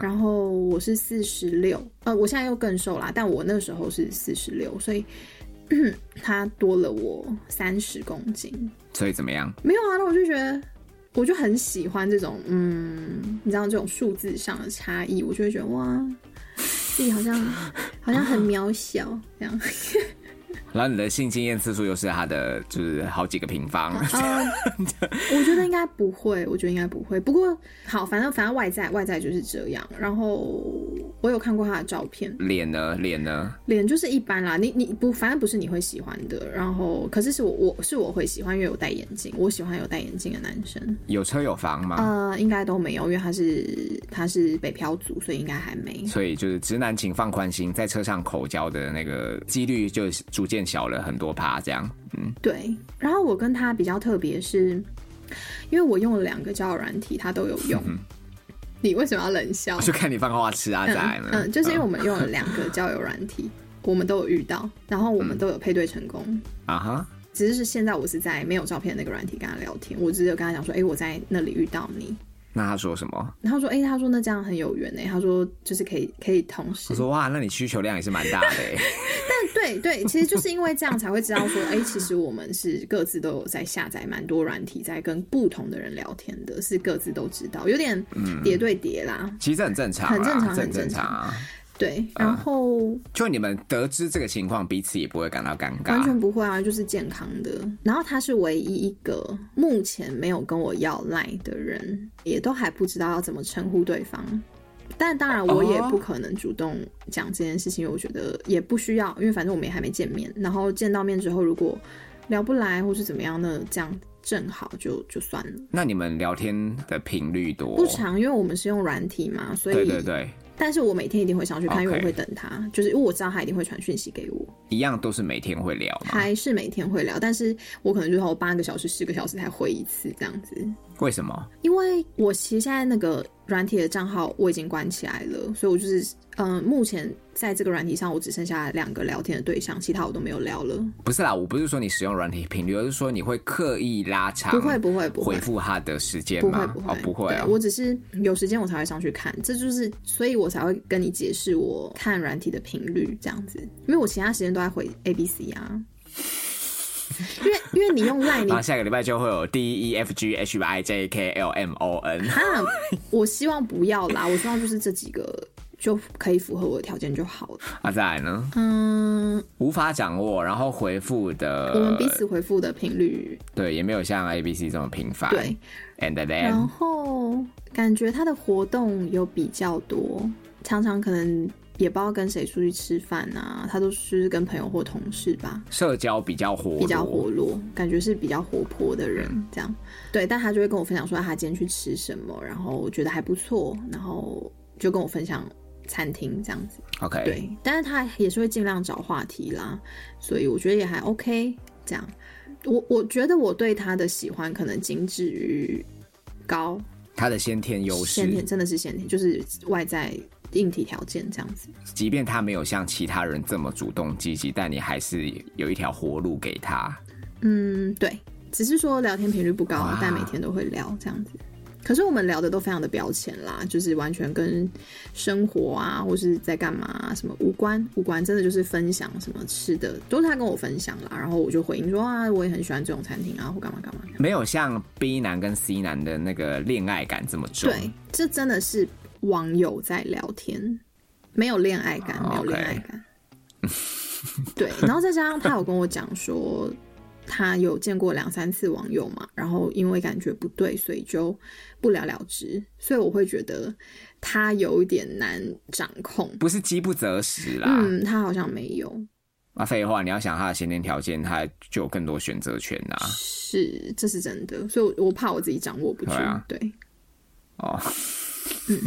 然后我是四十六，呃，我现在又更瘦啦，但我那时候是四十六，所以 他多了我三十公斤。
所以怎么样？
没有啊，那我就觉得，我就很喜欢这种，嗯，你知道这种数字上的差异，我就会觉得哇，自己好像好像很渺小这样。
然后你的性经验次数又是他的，就是好几个平方，
嗯，我觉得应该不会，我觉得应该不会。不过好，反正反正外在外在就是这样。然后我有看过他的照片，
脸呢，脸呢，
脸就是一般啦，你你不，反正不是你会喜欢的。然后，可是是我我是我会喜欢，因为我戴眼镜，我喜欢有戴眼镜的男生。
有车有房吗？
呃，应该都没有，因为他是他是北漂族，所以应该还没。
所以就是直男，请放宽心，在车上口交的那个几率就逐渐小了很多趴，这样。 嗯，
对，然后我跟他比较特别是，因为我用了两个交友软体，他都有用。你为什么要冷笑？
就看你放花痴啊，仔们。
嗯，就是因为我们用了两个交友软体，我们都有遇到，然后我们都有配对成功。
啊哈，
只是现在我是在没有照片的那个软体跟他聊天，我只是有跟他讲说，哎、我在那里遇到你，
那他说什么？
然后说，哎、他说那这样很有缘哎、他说就是可以可以同时
我，说哇，那你需求量也是蛮大的、 欸。
但对对，其实就是因为这样才会知道说，哎、其实我们是各自都有在下载蛮多软体，在跟不同的人聊天的，是各自都知道，有点
嗯
叠对叠啦，
其实这很正常啊，
很正常
这
很
很
正
正
常
常啊。
对，然后。
就你们得知这个情况，彼此也不会感到尴
完
尬。
全不会啊，就是健康的。然后他是唯一一个目前没有跟我要赖的人，也都还不知道要怎么称呼对方。但当然，我也
哦
不可能主动讲这件事情，因为我觉得也不需要，因为反正我们也还没见面。然后见到面之后，如果聊不来或是怎么样呢，这样正好就就算了。
那你们聊天的频率多？
不长，因为我们是用软体嘛，所以
哦对对对，
但是我每天一定会上去看，因为我
OK
会等他，就是因为我知道他一定会传讯息给我。
一样都是每天会聊嘛？
还是每天会聊，但是我可能就是我八个小时、十个小时才回一次这样子。
为什么？
因为我其实现在那个软体的账号我已经关起来了，所以我就是嗯、呃目前在这个软体上我只剩下两个聊天的对象，其他我都没有聊了。
不是啦，我不是说你使用软体频率，而是说你会刻意拉长，
不会，不会，不会
回。复他的时间
不会
吗？
不会、
哦，不会
对
哦
我只是有时间我才会上去看，这就是所以我才会跟你解释我看软体的频率这样子，因为我其他时间都在回 A B C 啊，因为因为你用赖你
然后下个礼拜就会有 D E F G H I J K L M O N。
啊，我希望不要啦，我希望就是这几个就可以符合我的条件就好了。
啊，再来呢？
嗯，
无法掌握，然后回复的，
我们彼此回复的频率
对也没有像 A B C 这么频繁。
对，
，and
然
then
后感觉他的活动有比较多，常常可能也不知道跟谁出去吃饭啊，他都是跟朋友或同事吧。
社交比较活，
比较活，络，感觉是比较活泼的人，这样对，但他就会跟我分享说他今天去吃什么，然后我觉得还不错，然后就跟我分享餐厅这样子。
OK，
对，但是他也是会尽量找话题啦，所以我觉得也还 OK。这样，我我觉得我对他的喜欢可能仅止于高，
他的先天优势
先，天真的是先天，就是外在硬体条件这样子。
即便他没有像其他人这么主动积极，但你还是有一条活路给他。
嗯，对，只是说聊天频率不高啊
哇，
但每天都会聊这样子。可是我们聊的都非常的表浅啦，就是完全跟生活啊，或是在干嘛、啊、什么无关，无关，真的就是分享什么吃的，都是他跟我分享啦，然后我就回应说啊，我也很喜欢这种餐厅啊，或干嘛干嘛。
没有像 B 男跟 C 男的那个恋爱感这么重。
对，这真的是网友在聊天，没有恋爱感，没有
哦 OK
恋爱 感。对，然后再加上他有跟我讲说，他有见过两三次网友嘛，然后因为感觉不对，所以就不了了之。所以我会觉得他有一点难掌控。
不是饥不择食啦。
嗯，他好像没有，
那废话，你要想他的先天条件，他就有更多选择权呐、
是这是真的，所以我我怕我自己掌握不住。
对啊
对，
哦，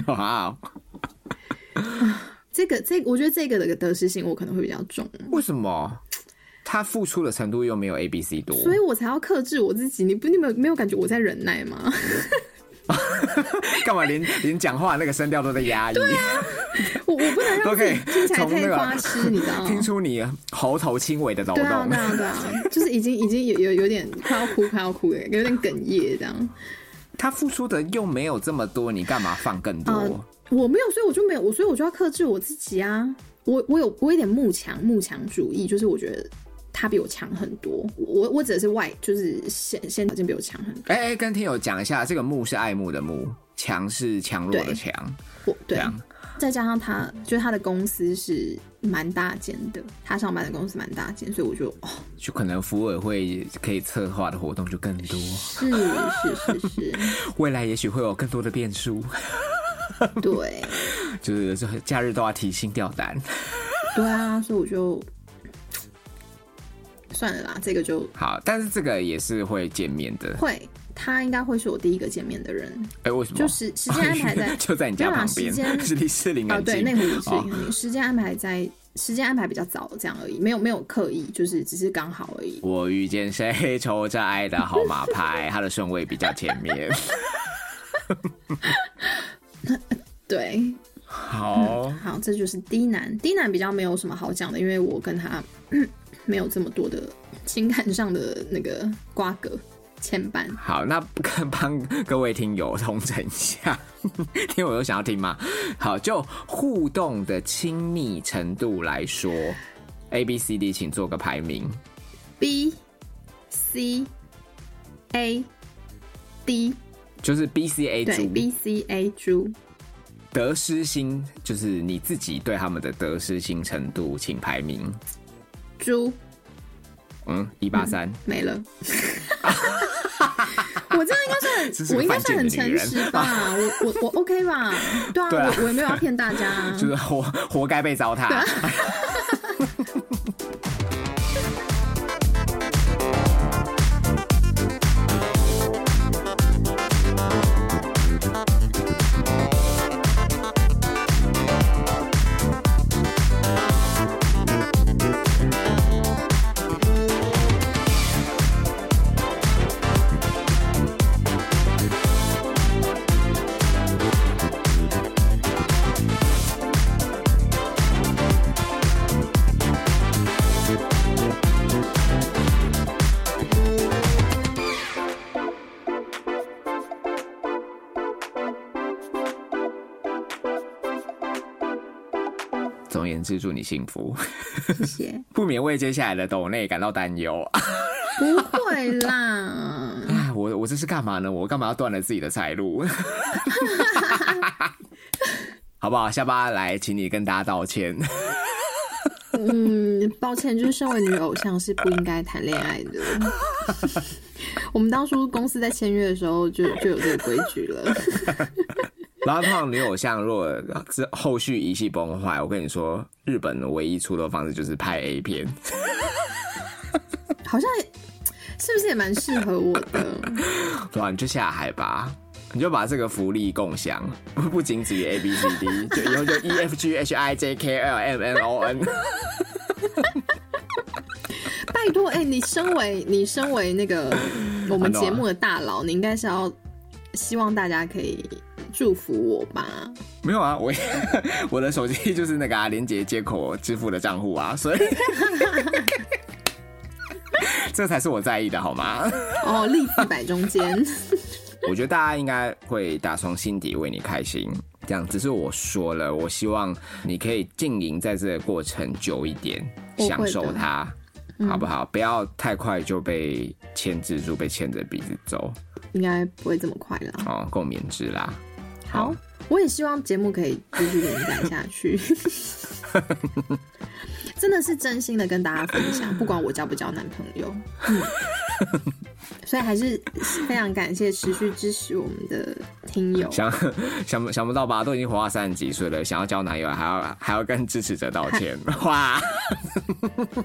哇、
这个这我觉得这个的得失心我可能会比较重，
为什么他付出的程度又没有 A、B、C 多？
所以我才要克制我自己。你不你没有没有感觉我在忍耐吗？
干嘛连连讲话那个声调都在压抑？
啊我我不能
都
让
可
自
以
己听起来
从那
太
个啊
花痴，你知道吗
听？出你喉头轻微的抖
对啊，
动
对。啊，对啊，就是已经已经有有有点快要哭，快要哭的，有点哽咽这样。
他付出的又没有这么多，你干嘛放更多？
呃我没有，所以我就没有，我所以我就要克制我自己啊。我我有我有点慕强慕强主义，就是我觉得他比我强很多，我我指的是外，就是先先条件比我强很多。
哎、哎，跟听友讲一下，这个木是爱慕的慕，强是强弱的
对
强，
我
这
对，
样
再加上他就是他的公司是蛮大间的，他上班的公司蛮大间，所以我就哦，
就可能服委会可以策划的活动就更多，
是是是是，
未来也许会有更多的变数，
对。
就是这假日都要提心吊胆。
对啊，所以我就算了啦，这个就
好，但是这个也是会见面的。
会，他应该会是我第一个见面的人，
哎、为什么？
就是时间安排 在
就在你家
没有啦
旁
时
边，
间
是离士林
哦，
很近。
对，内湖也是
哦
时间安排在时间安排比较早这样而已，没有没有刻意，就是只是刚好而已。
我遇见谁抽着爱的号码牌，他的顺位比较前面。
对，
好，
好，这就是 D 男，D 男比较没有什么好讲的，因为 我跟他没有这么多的情感上的那个瓜葛。前半。
好，那跟帮各位听友通整一下， 听我有想要听吗？好，就互动的亲密程度来说，A、B、C、D，请做个排名。
B C A D
就是 B、C、A
对
组
B C A 猪
得失心，就是你自己对他们的得失心程度，请排名。
猪
嗯，一八三，
没 了。我这样应该
这
算
是
很，
个
我应该
犯
算
贱
很
的女
诚
人
实吧？我我我 OK 吧？对啊，
对啊
我我也没有要骗大家、啊。
就是活活该被糟蹋。总而言之，祝你幸福。
谢谢，
不免为接下来的抖内感到担忧。
不会啦。
啊，我我这是干嘛呢？我干嘛要断了自己的财路？ 好不好？下巴来，请你跟大家道歉。
嗯，抱歉，就是身为女偶像是不应该谈恋爱的。 我们当初公司在签约的时候就就有这个规矩了。
拉胖女偶像若之后续一系崩坏，我跟你说，日本唯一出头方式就是拍 A 片。
好像也是不是也蛮适合我的？
对啊，你就下海吧，你就把这个福利共享，不不仅止于 A B C D，就以后就 E F G H I J K L M N O N。
拜托，哎、你身为你身为那个我们节目的大佬，你应该是要希望大家可以祝福我吧？
没有啊，我 我的手机就是那个啊，连接接口支付的账户啊， 所以这才是我在意的好吗？
哦，立字摆中间，
我觉得大家应该会打从心底为你开心。这样，只是我说了，我希望你可以经营在这个过程久一点，
我会的嗯
享受它，好不好？不要太快就被牵制住，被牵着鼻子走。
应该不会这么快啦。
哦，共勉之啦。
好，我也希望节目可以继续连载下去。真的是真心的跟大家分享，不管我交不交男朋友，嗯，所以还是非常感谢持续支持我们的听友，
想 想不想不到吧？都已经活到三十几岁了，想要交男友还要还要跟支持者道歉，哇！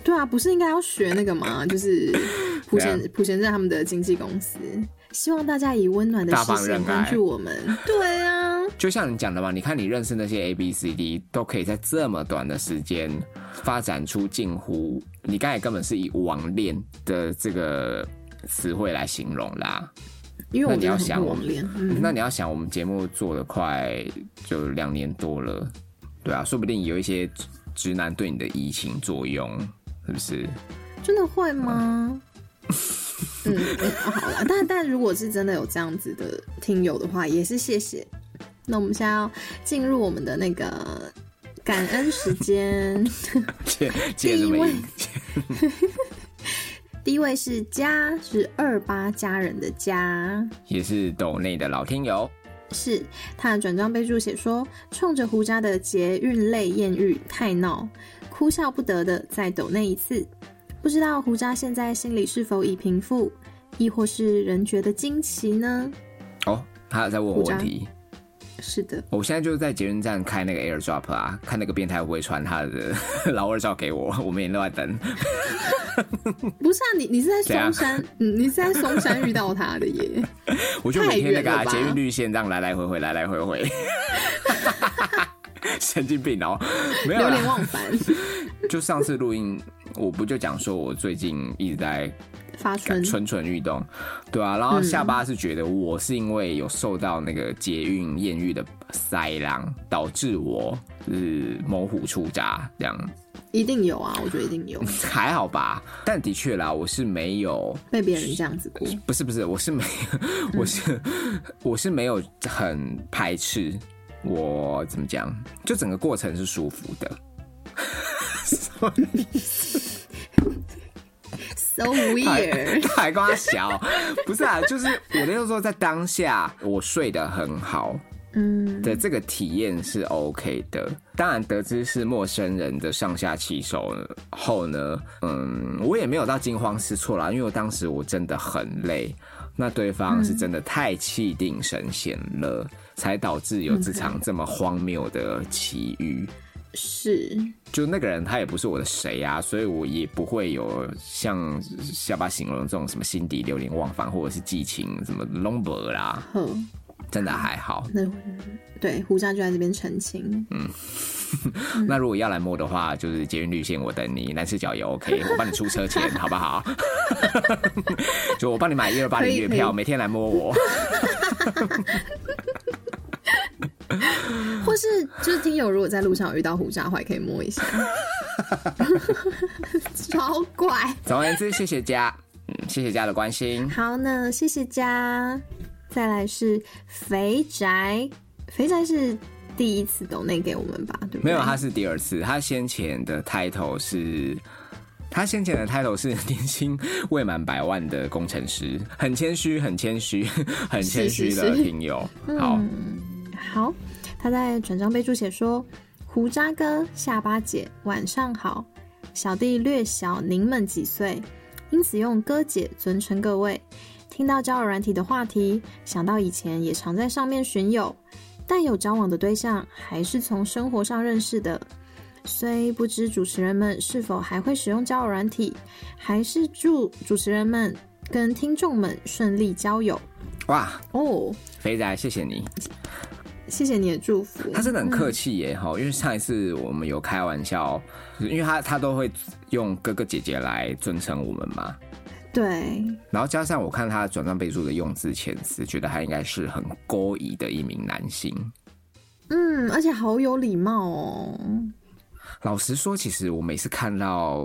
对啊，不是应该要学那个吗？就是 普贤
对
普贤正他们的经纪公司，希望大家以温暖的
大
视
方
线
认
关
爱
注我们。对啊，
就像你讲的嘛，你看你认识那些 A B C D，都可以在这么短的时间发展出近乎你刚才根本是以网恋的这个词汇来形容啦。
因为
那
我真
你
的
要
很
想
不
我
网
们
恋，嗯，
那你要想，我们节目做了快就两年多了，对啊，说不定有一些直直男对你的移情作用，是不是？
真的会吗？嗯，好了，但但如果是真的有这样子的听友的话，也是谢谢。那我们现在要进入我们的那个感恩时间，
借借这么
第一
硬
第一位是家，是二八家人的家。
也是抖内的老听友。
是他的转账备注写说，冲着胡渣的捷运类艳遇太闹，哭笑不得的再抖那一次。不知道胡渣现在心里是否已平复，亦或是仍觉得惊奇呢？
哦，他在问我
鼓掌
问题。
是的，
我现在就是在捷运站开那个 AirDrop 啊，看那个变态会不会传他的 老二照给我，我们也都在等。
不是啊，你你是在
怎样
松山， 嗯，你是在松山遇到他的耶。
我就每天那个、
太远
啊、
了吧
捷运绿线这样来来回回，来来回回。 神经病哦，没有
流连
啦。
忘返，
就上次录音，我不就讲说我最近一直在
发
感
春，
蠢蠢欲动，对啊。
嗯
然后下巴是觉得我是因为有受到那个捷运艳遇的塞狼，导致我就是猛虎出闸这样。
一定有啊，我觉得一定有
还好吧，但的确啦，我是没有，
被别人这样子过。
不是不是，我是没， 我是、我是没有很排斥，我怎么讲，就整个过程是舒服的。
So weird，
还跟他小，不是啊，就是我的意思说，在当下我睡得很好
嗯，
的这个体验是 OK 的。当然，得知是陌生人的上下其手后呢，嗯，我也没有到惊慌失措啦，因为我当时我真的很累，那对方是真的太气定神闲了，才导致有这场这么荒谬的奇遇。
是
就那个人他也不是我的谁啊，所以我也不会有像下巴形容这种什么心底流连忘返或者是寄情什么 l o n g b 啦，
呵，
真的还好。
那对胡渣就在这边澄清，嗯
那如果要来摸的话，就是捷运绿线我等你，南四角也 OK，我帮你出 车钱好不好？ 就我帮你买一二八
可
零
以
月
可
票，
以
每天来摸我。
或是就是听友如果在路上有遇到胡渣的话，也可以摸 一下，超怪。
总而言之，谢谢家，嗯，谢谢家的关心。
好呢，谢谢家。再来是肥宅，肥宅是第一次抖内给我们吧？对不对？
没有，他是第二次。他先前的 title 是，他先前的 title 是年薪未满百万的工程师，很谦虚，很谦虚， 很谦虚
是
的
是是嗯
听友。好，
好，他在转账备注写说：“胡渣哥、下巴姐，晚上好，小弟略小您们几岁，因此用哥姐尊称各位。听到交友软体的话题，想到以前也常在上面寻友，但有交往的对象还是从生活上认识的。虽不知主持人们是否还会使用交友软体，还是祝主持人们跟听众们顺利交友
哇，
哦。
肥仔，谢谢你，
谢谢你的祝福，
他真的很客气耶哈、因为上一次我们有开玩笑，就是因为他他都会用哥哥姐姐来尊称我们嘛。
对，
然后加上我看他转账备注的用字遣词，觉得他应该是很勾引的一名男性。
嗯，而且好有礼貌哦。
老实说，其实我每次看到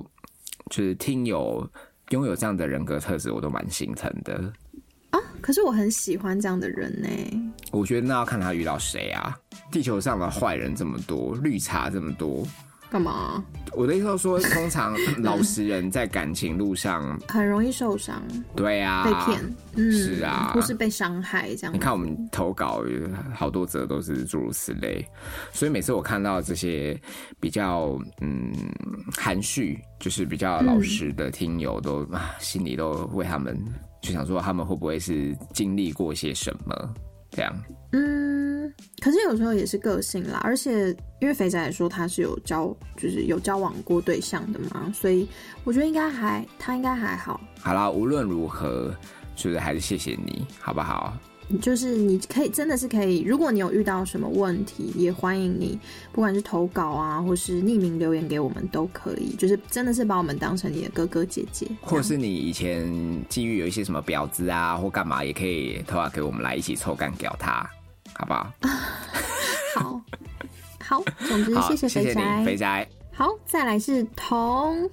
就是听友拥有这样的人格特质，我都蛮心疼的。
可是我很喜欢这样的人呢。
我觉得那要看他遇到谁啊。地球上的坏人这么多，绿茶这么多，
干嘛？
我的意思是说，通常老实人在感情路上，
很容易受伤，
对啊，
被骗。。嗯，
是啊
或是被伤害这样
你。看我们投稿有好多则都是诸如此类，所以每次我看到这些比较嗯含蓄，就是比
嗯
较老实的听友都，啊心里都为他们就想说他们会不会是经历过些什么这样。
嗯，可是有时候也是个性啦，而且因为肥仔也说他是有交，就是有交往过对象的嘛，所以我觉得应该还他应该还好。
好啦，无论如何，就是还是谢谢你，好不好？
就是你可以真的是可以，如果你有遇到什么问题，也欢迎你，不管是投稿啊，或是匿名留言给我们都可以。就是真的是把我们当成你的哥哥姐 姐，
或者是你以前际遇有一些什么婊子啊，或干嘛，也可以投稿给我们来一起臭干屌他，好不好？
好，好，总之
好，
嗯谢
谢
肥
你，肥
宅。
宅。
好，再来是彤，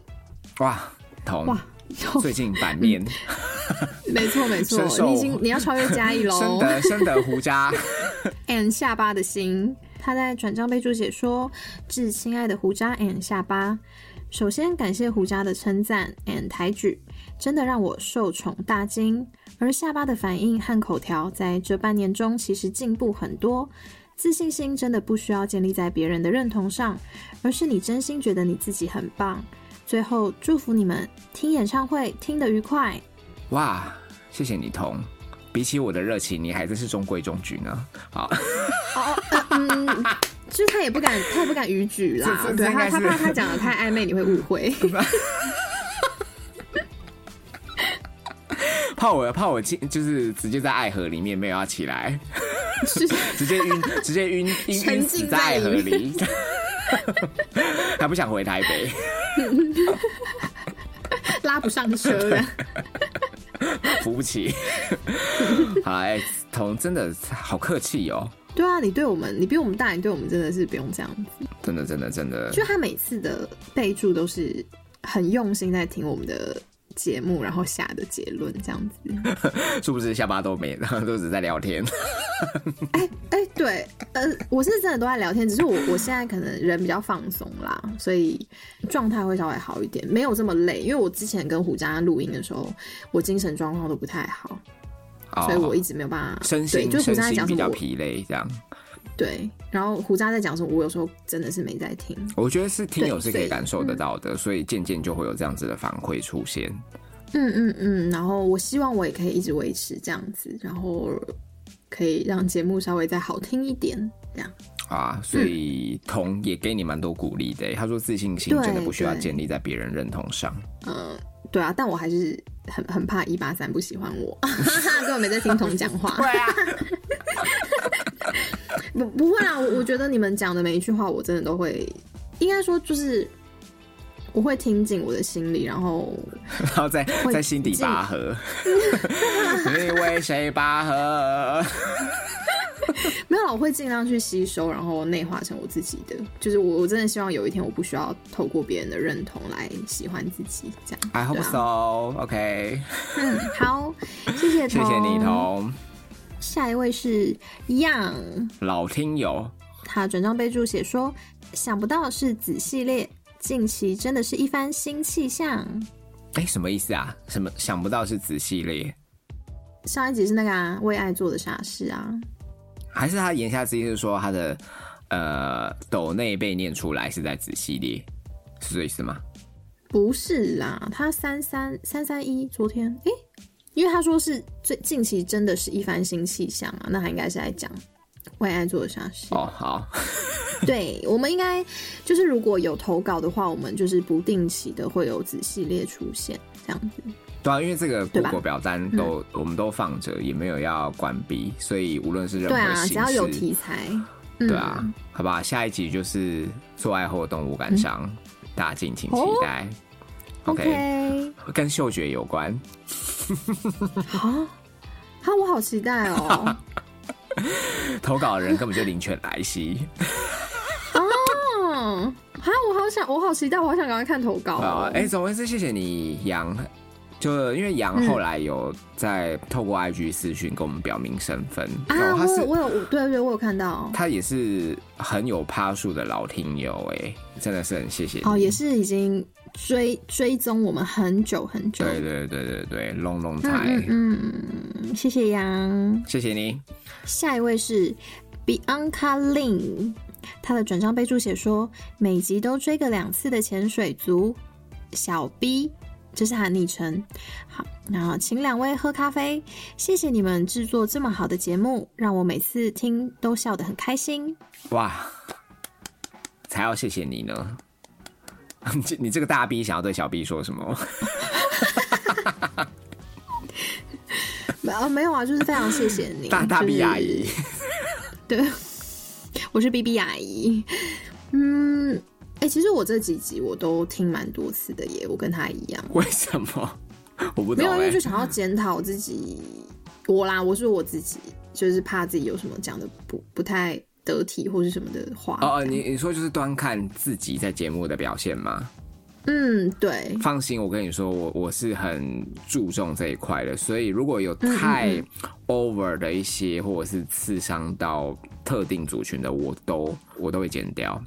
哇，同
哇，彤
最近版面
没错没错
深，受
你已经你要超越嘉义
深
喽
得深得胡渣，
，and 下巴的心，他在转账备注写说：“致亲爱的胡渣 and 下巴，首先感谢胡渣的称赞 and 抬举，真的让我受宠大惊。而下巴的反应和口条在这半年中其实进步很多，自信心真的不需要建立在别人的认同上，而是你真心觉得你自己很棒。最后祝福你们听演唱会听得愉快，
哇，谢谢你同。比起我的热情，你还真是中规中矩呢。好，
嗯，就是他也不敢，他也不敢逾矩啦。
这这这
对
应
他，
该
他
是
怕他讲的太暧昧，你会误 会。
怕我怕我进，就是直接在爱河里面没有要起 来，
是
直接晕，直 接晕晕
沉
晕
浸
死
在
在爱河
里
里， 还不想回台北。
拉不上车的。
扶不起。好，哎、彤真的好客气哦。
对啊，你对我们，你比我们大，你对我们真的是不用这样子。
真的真的真的，
就他每次的备注都是很用心在听我们的节目，然后下的结论这样子。
是不是下巴都没， 然后都只在聊天？
哎、对，呃，我是真的都在聊天，只是我我现在可能人比较放松啦，所以状态会稍微好一点，没有这么累。因为我之前跟胡佳录音的时候，我精神状况都不太好，所以我一
哦
直没有办法。
身
对，
心
就胡
身
佳在
心
讲
比
什么
较
我，
疲累，这样。
对，然后胡佳在讲什么，我有时候真的是没在听。
我觉得是听友
对
是可
所
以
以
感受得到的，所以渐渐就会有这样子的反馈出现。
嗯嗯嗯，然后我希望我也可以一直维持这样子，然后可以让节目稍微再好听一点，这样。
啊，所以彤也给你蛮多鼓励的欸、他说自信心真的
对
不需要
对
建立在别人认同上。
嗯，对啊，但我还是很很怕一八三不喜欢我， 根本没在听彤讲话。
啊，
不不会啦，我我觉得你们讲的每一句话，我真的都会，应该说就是我会听进我的心里，然后
然后在
会
在心底
进
拔河， 你为谁拔河？
没有啦，我会尽量去吸收，然后内化成我自己的。就是我我真的希望有一天我不需要透过别人的认同来喜欢自己，这样。
I
对
hope
啊
so. OK，
嗯，好，谢谢
谢谢你，
彤。
彤，
下一位是 Yang，
老听友。
他转账备注写说，想不到是子系列，近期真的是一番新气象。
哎、什么意思啊？什么想不到是子系列，
上一集是那个啊，为爱做的傻事啊，
还是他言下之意是说他的呃斗内被念出来是在子系列，是这意思吗？
不是啦，他三三三三一，昨天诶、因为他说是最近期真的是一番新气象啊，那他应该是在讲为爱做的傻事。
哦，好，
对，我们应该就是如果有投稿的话，我们就是不定期的会有子系列出现这样子。
对啊，因为这个
对
g
吧嗯
o 表单都、我们都放着，也没有要关闭，所以无论是任
对
何
啊，
形式，
只要有题材，嗯、
对啊，好吧，下一集就是做爱后动物感伤，大家敬请期待。OK，
嗯哦，OK，
跟嗅觉有关，
好，好，我好期待 哦。
投稿的人根本就零权来袭
嗯，哈，我好想，我好期待，我好想赶快看投稿、
啊！
哦。
哎、总而言之，谢谢你，杨。就因为杨后来有在透过 IG 私讯跟我们表明身份，然
啊，
后
我
哦他
有
是
我有，我对对，我有看到。
他也是很有趴数的老听友，哎，真的是很谢谢你。
哦，也是已经追追踪我们很久很久。
对对对对对，long long
嗯
time，、
嗯嗯，谢谢杨。
谢谢你。
下一位是 Bianca Lin，他的转账备注写说，每集都追个两次的潜水族小 B，这是他的昵称。好，那请两位喝咖啡，谢谢你们制作这么好的节目，让我每次听都笑得很开心。
哇，才要谢谢你呢。 你这你这个大 B 想要对小 B 说什么？
没呃没有啊，就是非常谢谢你，
大大 B
就是
阿姨，
对，我是 B B 阿姨。嗯，哎、其实我这几集我都听蛮多次的耶，我跟她一样，
为什么？我不
没
懂
有，因
哎、
为就想要检讨自己，我啦，我是我自己，就是怕自己有什么讲的不不太得体或是什么的话。
哦哦，你你说就是端看自己在节目的表现吗？
嗯，对，
放心，我跟你说，我我是很注重这一块的，所以如果有太 over 的一些，或者是刺伤到特定族群的，我都我都会剪掉。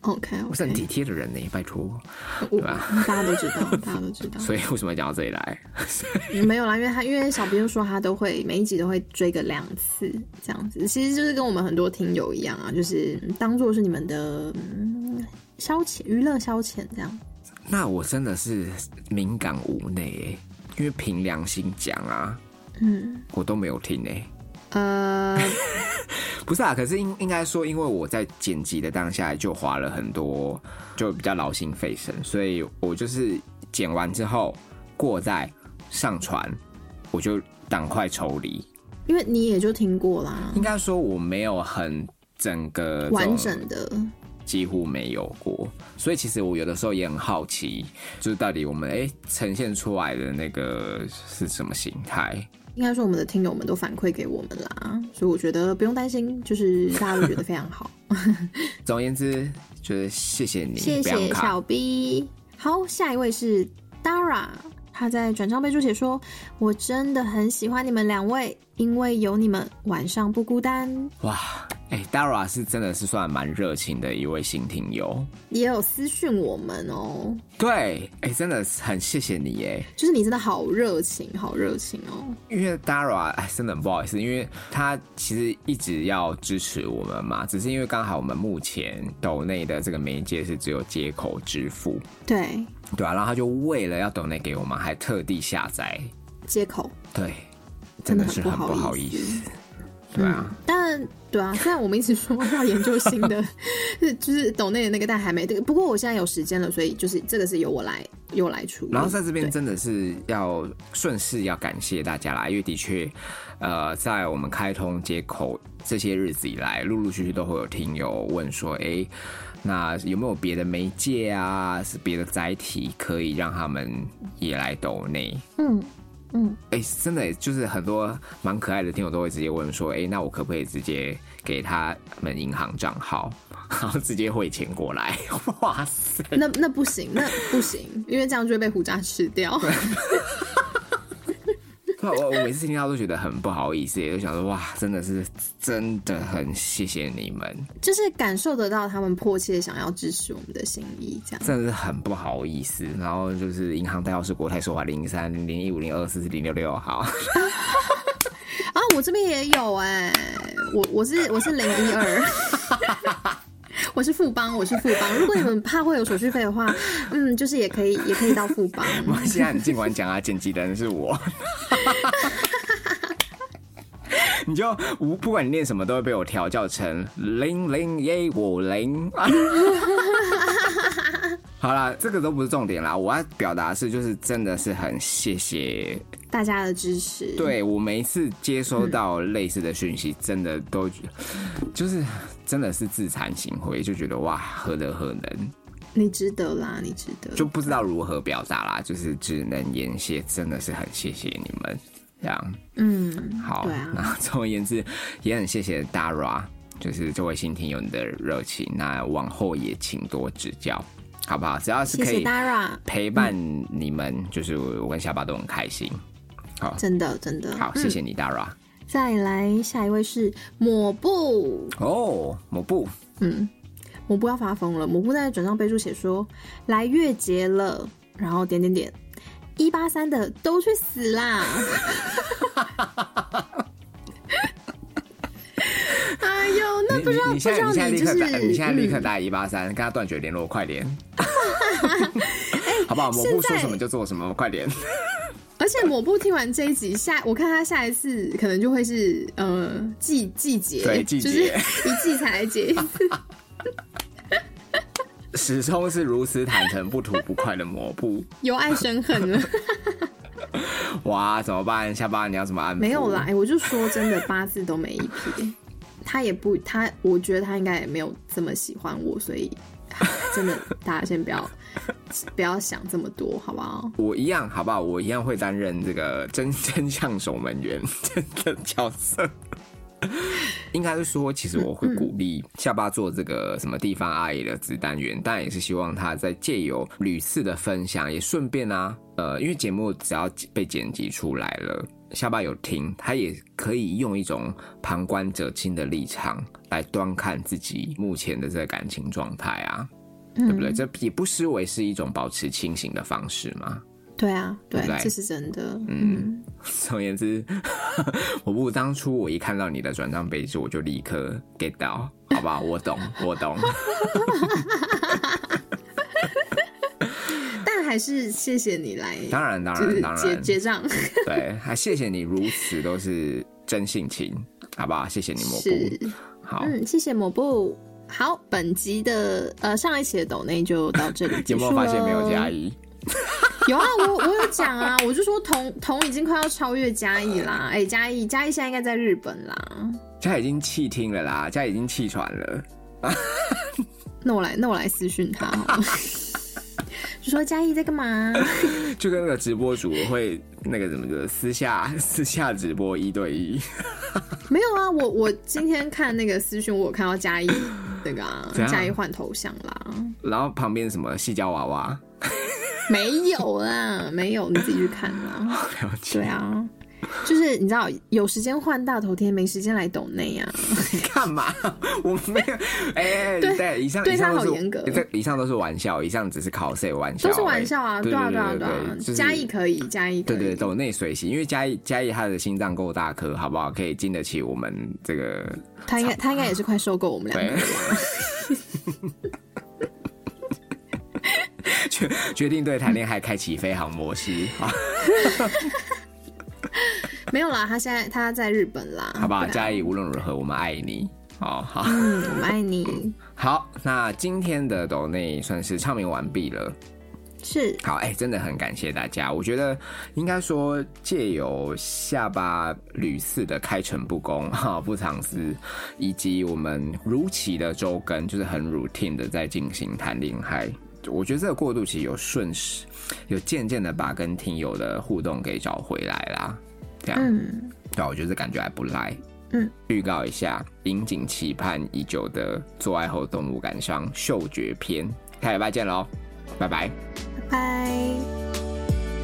，OK，
我是很体贴的人呢，拜托。
我大家都知道，大家都知道。
所以为什么要讲到这里来？
没有啦，因为他因为小编说他都会每一集都会追个两次这样子，其实就是跟我们很多听友一样啊，就是当做是你们的、嗯、消遣娱乐消遣这样。
那我真的是敏感无内欸、因为凭良心讲啊，
嗯，
我都没有听哎、
呃，
不是啊，可是应应该说，因为我在剪辑的当下就花了很多，就比较劳心费神，所以我就是剪完之后过载上传，我就赶快抽离。
因为你也就听过 啦
应，该说我没有很整个这种
完整的。
几乎没有过，所以其实我有的时候也很好奇，就是到底我们哎、诶呈现出来的那个是什么形态？
应该说我们的听友们都反馈给我们啦，所以我觉得不用担心，就是大家都觉得非常好。
总而言之，就是谢谢你，
谢
不
谢
要卡
小 B。好，下一位是 Dara，他在转账备注写说：“我真的很喜欢你们两位，因为有你们，晚上不孤单。
哇，哎、d a r a 是真的是算蛮热情的一位新听友。”
也有私讯我们哦，
对，哎、真的很谢谢你耶，
就是你真的好热情，好热情哦。
因为 Dara 哎，真的很不好意思，因为他其实一直要支持我们嘛，只是因为刚好我们目前抖内的这个媒介是只有接口支付，
对，
对啊，然后他就为了要抖内给我们，还特地下载，
接口
对，
真
真
的
的
很
是
不
很
好
不好
意
意
思嗯
思，对啊。
但对啊，虽然我们一直说要研究新的， 是就是抖内的那个，但还没。不过我现在有时间了，所以就是这个是由我来由我来处理。
然后在这边
嗯对
真的是要顺势要感谢大家啦，因为的确，呃，在我们开通接口这些日子以来，陆陆续续都会有听友问说，哎、那有没有别的媒介啊，是别的载体可以让他们也来抖内？
嗯嗯，
哎、真的就是很多蛮可爱的听友都会直接问说，哎、那我可不可以直接给他们银行账号， 然后直接汇钱过来？ 哇塞！
那那不行，那不行，因为这样就会被胡渣吃掉。
对，我我每次听到都觉得很不好意思，也就想说哇，真的是真的很谢谢你们，
就是感受得到他们迫切想要支持我们的心意，这样。
真的是很不好意思。然后就是银行代号是国泰说话零三零零一五零二四零六六 号，
啊，我这边也有哎、我我是我是零一二。 我是富邦，我是富邦。如果你们怕会有手续费的话，嗯，就是也可以，也可以到富邦。
哇现在你尽管讲啊，剪辑的人是我。 你就无不管你念什么，都会被我调教成零零一五零。 好啦，这个都不是重点啦。我要表达的是，就是真的是很谢谢
大家的支持，，
对我每一次接收到类似的讯息，真的都觉就是真的是自惭形秽，就觉得哇，何德何能，
你值得啦，你值得。
就不知道如何表达啦，就是只能言谢，真的是很谢谢你们。这样
嗯，
好，
对啊
那 总而言之，也很谢谢 Dara，就是这位新听友你的热情，那往后也请多指教，好不好？只要是
谢
可
谢
以
Dara，
陪伴你们，就是我跟下巴都很开心。好，
真的真的。
好，
嗯
谢谢你，Dara。
再来下一位是抹布，
哦，抹布，
嗯，抹布要发疯了。抹布在转账备注写说来月结了，然后点点点，一八三的都去死啦！ 哎呦，那
你
不知道
你
不
你
知
现在
道
你
就
现在立刻
是
打，你现在立刻
嗯哎
打一八三，跟他断绝联络，快点。好不好？我不
现
说
在
什么就做什么，快点！
而且抹布听完这一集，下我看他下一次可能就会是呃季季节，
对季
就是
节
一季才来结 一次。
始终是如此坦诚、不吐不快的抹布。
由爱生恨了。
哇，怎么办？下巴你要怎么安抚？
没有啦，哎、，我就说真的，八字都没一撇。他也不，他我觉得他应该也没有这么喜欢我，所以真的大家先不要不要想这么多，好不好？
我一样，好不好？我一样会担任这个真真相守门员 真的角色。应该是说，其实我会鼓励下巴做这个什么地方阿姨的子单元，但也是希望他在借由屡次的分享，也顺便啊，呃，因为节目只要被剪辑出来了，下巴有听，他也可以用一种旁观者清的立场来端看自己目前的这个感情状态啊，
嗯
对不对？这也不失为是一种保持清醒的方式嘛。
对啊，对
对不，对
这是真的。嗯，
嗯，总而言之，我不当初我一看到你的转账备注，我就立刻 get 到，好吧，我懂，我懂。
但还是谢谢你来，
当然，当
就是
然，嗯当
结
然，
结账。
对，还谢谢你如此都是真性情，好不好？谢谢你抹
是
布，，好。
嗯，谢谢抹布。好，本集的呃上一期的抖内就到这里结
有没
束
有发现没有
喽
加一？
有啊，我我有讲啊，我就说童童已经快要超越嘉义啦，哎、嘉义嘉义现在应该在日本啦。
他已经弃听了啦，他已经弃传了。
那我来那我来私讯他好了， 就说嘉义在干嘛？
就跟那个直播主会那个什么的私下私下直播一对一，
没有啊，我我今天看那个私讯，我有看到嘉义那个、啊
怎、样
嘉义换头像啦，
然后旁边什么细胶娃娃，
没有啦，没有，你自己去看啦。
了解
对啊，就是你知道有时间换大头贴，没时间来抖内啊。
干嘛？ 我没有，哎、
对
以上
对
以上
他
都是
好严格
这以上都是玩笑，以上只是 cos 玩笑
都
而已，
是玩笑啊，
对
对啊，对啊，
对
对啊，
就是
嘉义可以，嘉义可
对
以，
对，抖内随喜，因为嘉义嘉义他的心脏够大颗，好不好？可以经得起我们 这个
他应该他应该也是快受够我们两
对
个，
决决定对谈恋爱开启飞航模式，好
没有啦，他现在他在日本啦，
好不好？
对啊
嘉义无论如何，我们爱你。哦，好
嗯，我们爱你，
好，那今天的抖内算是唱名完毕了。
是
好，哎、真的很感谢大家。我觉得应该说，借由下巴屡次的开诚布公、哈、不藏私，以及我们如期的周更，就是很 routine 的在进行谈恋爱。我觉得这个过渡期有顺势，有渐渐的把跟听友的互动给找回来啦。这样，
嗯，
对啊，我觉得这感觉还不赖。
嗯，
预告一下，引颈期盼已久的《做爱后动物感伤》嗅觉篇，下礼拜见喽，拜拜。
拜拜。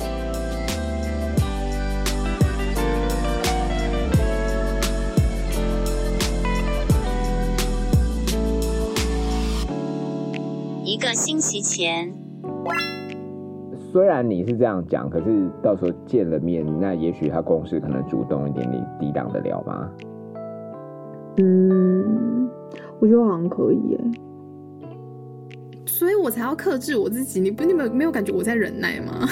一个星期前。
虽然你是这样讲，可是到时候见了面，那也许他公司可能主动一点，你抵挡得了吗？
嗯，我觉得我好像可以耶，所以我才要克制我自己。你不，你们没有感觉我在忍耐吗？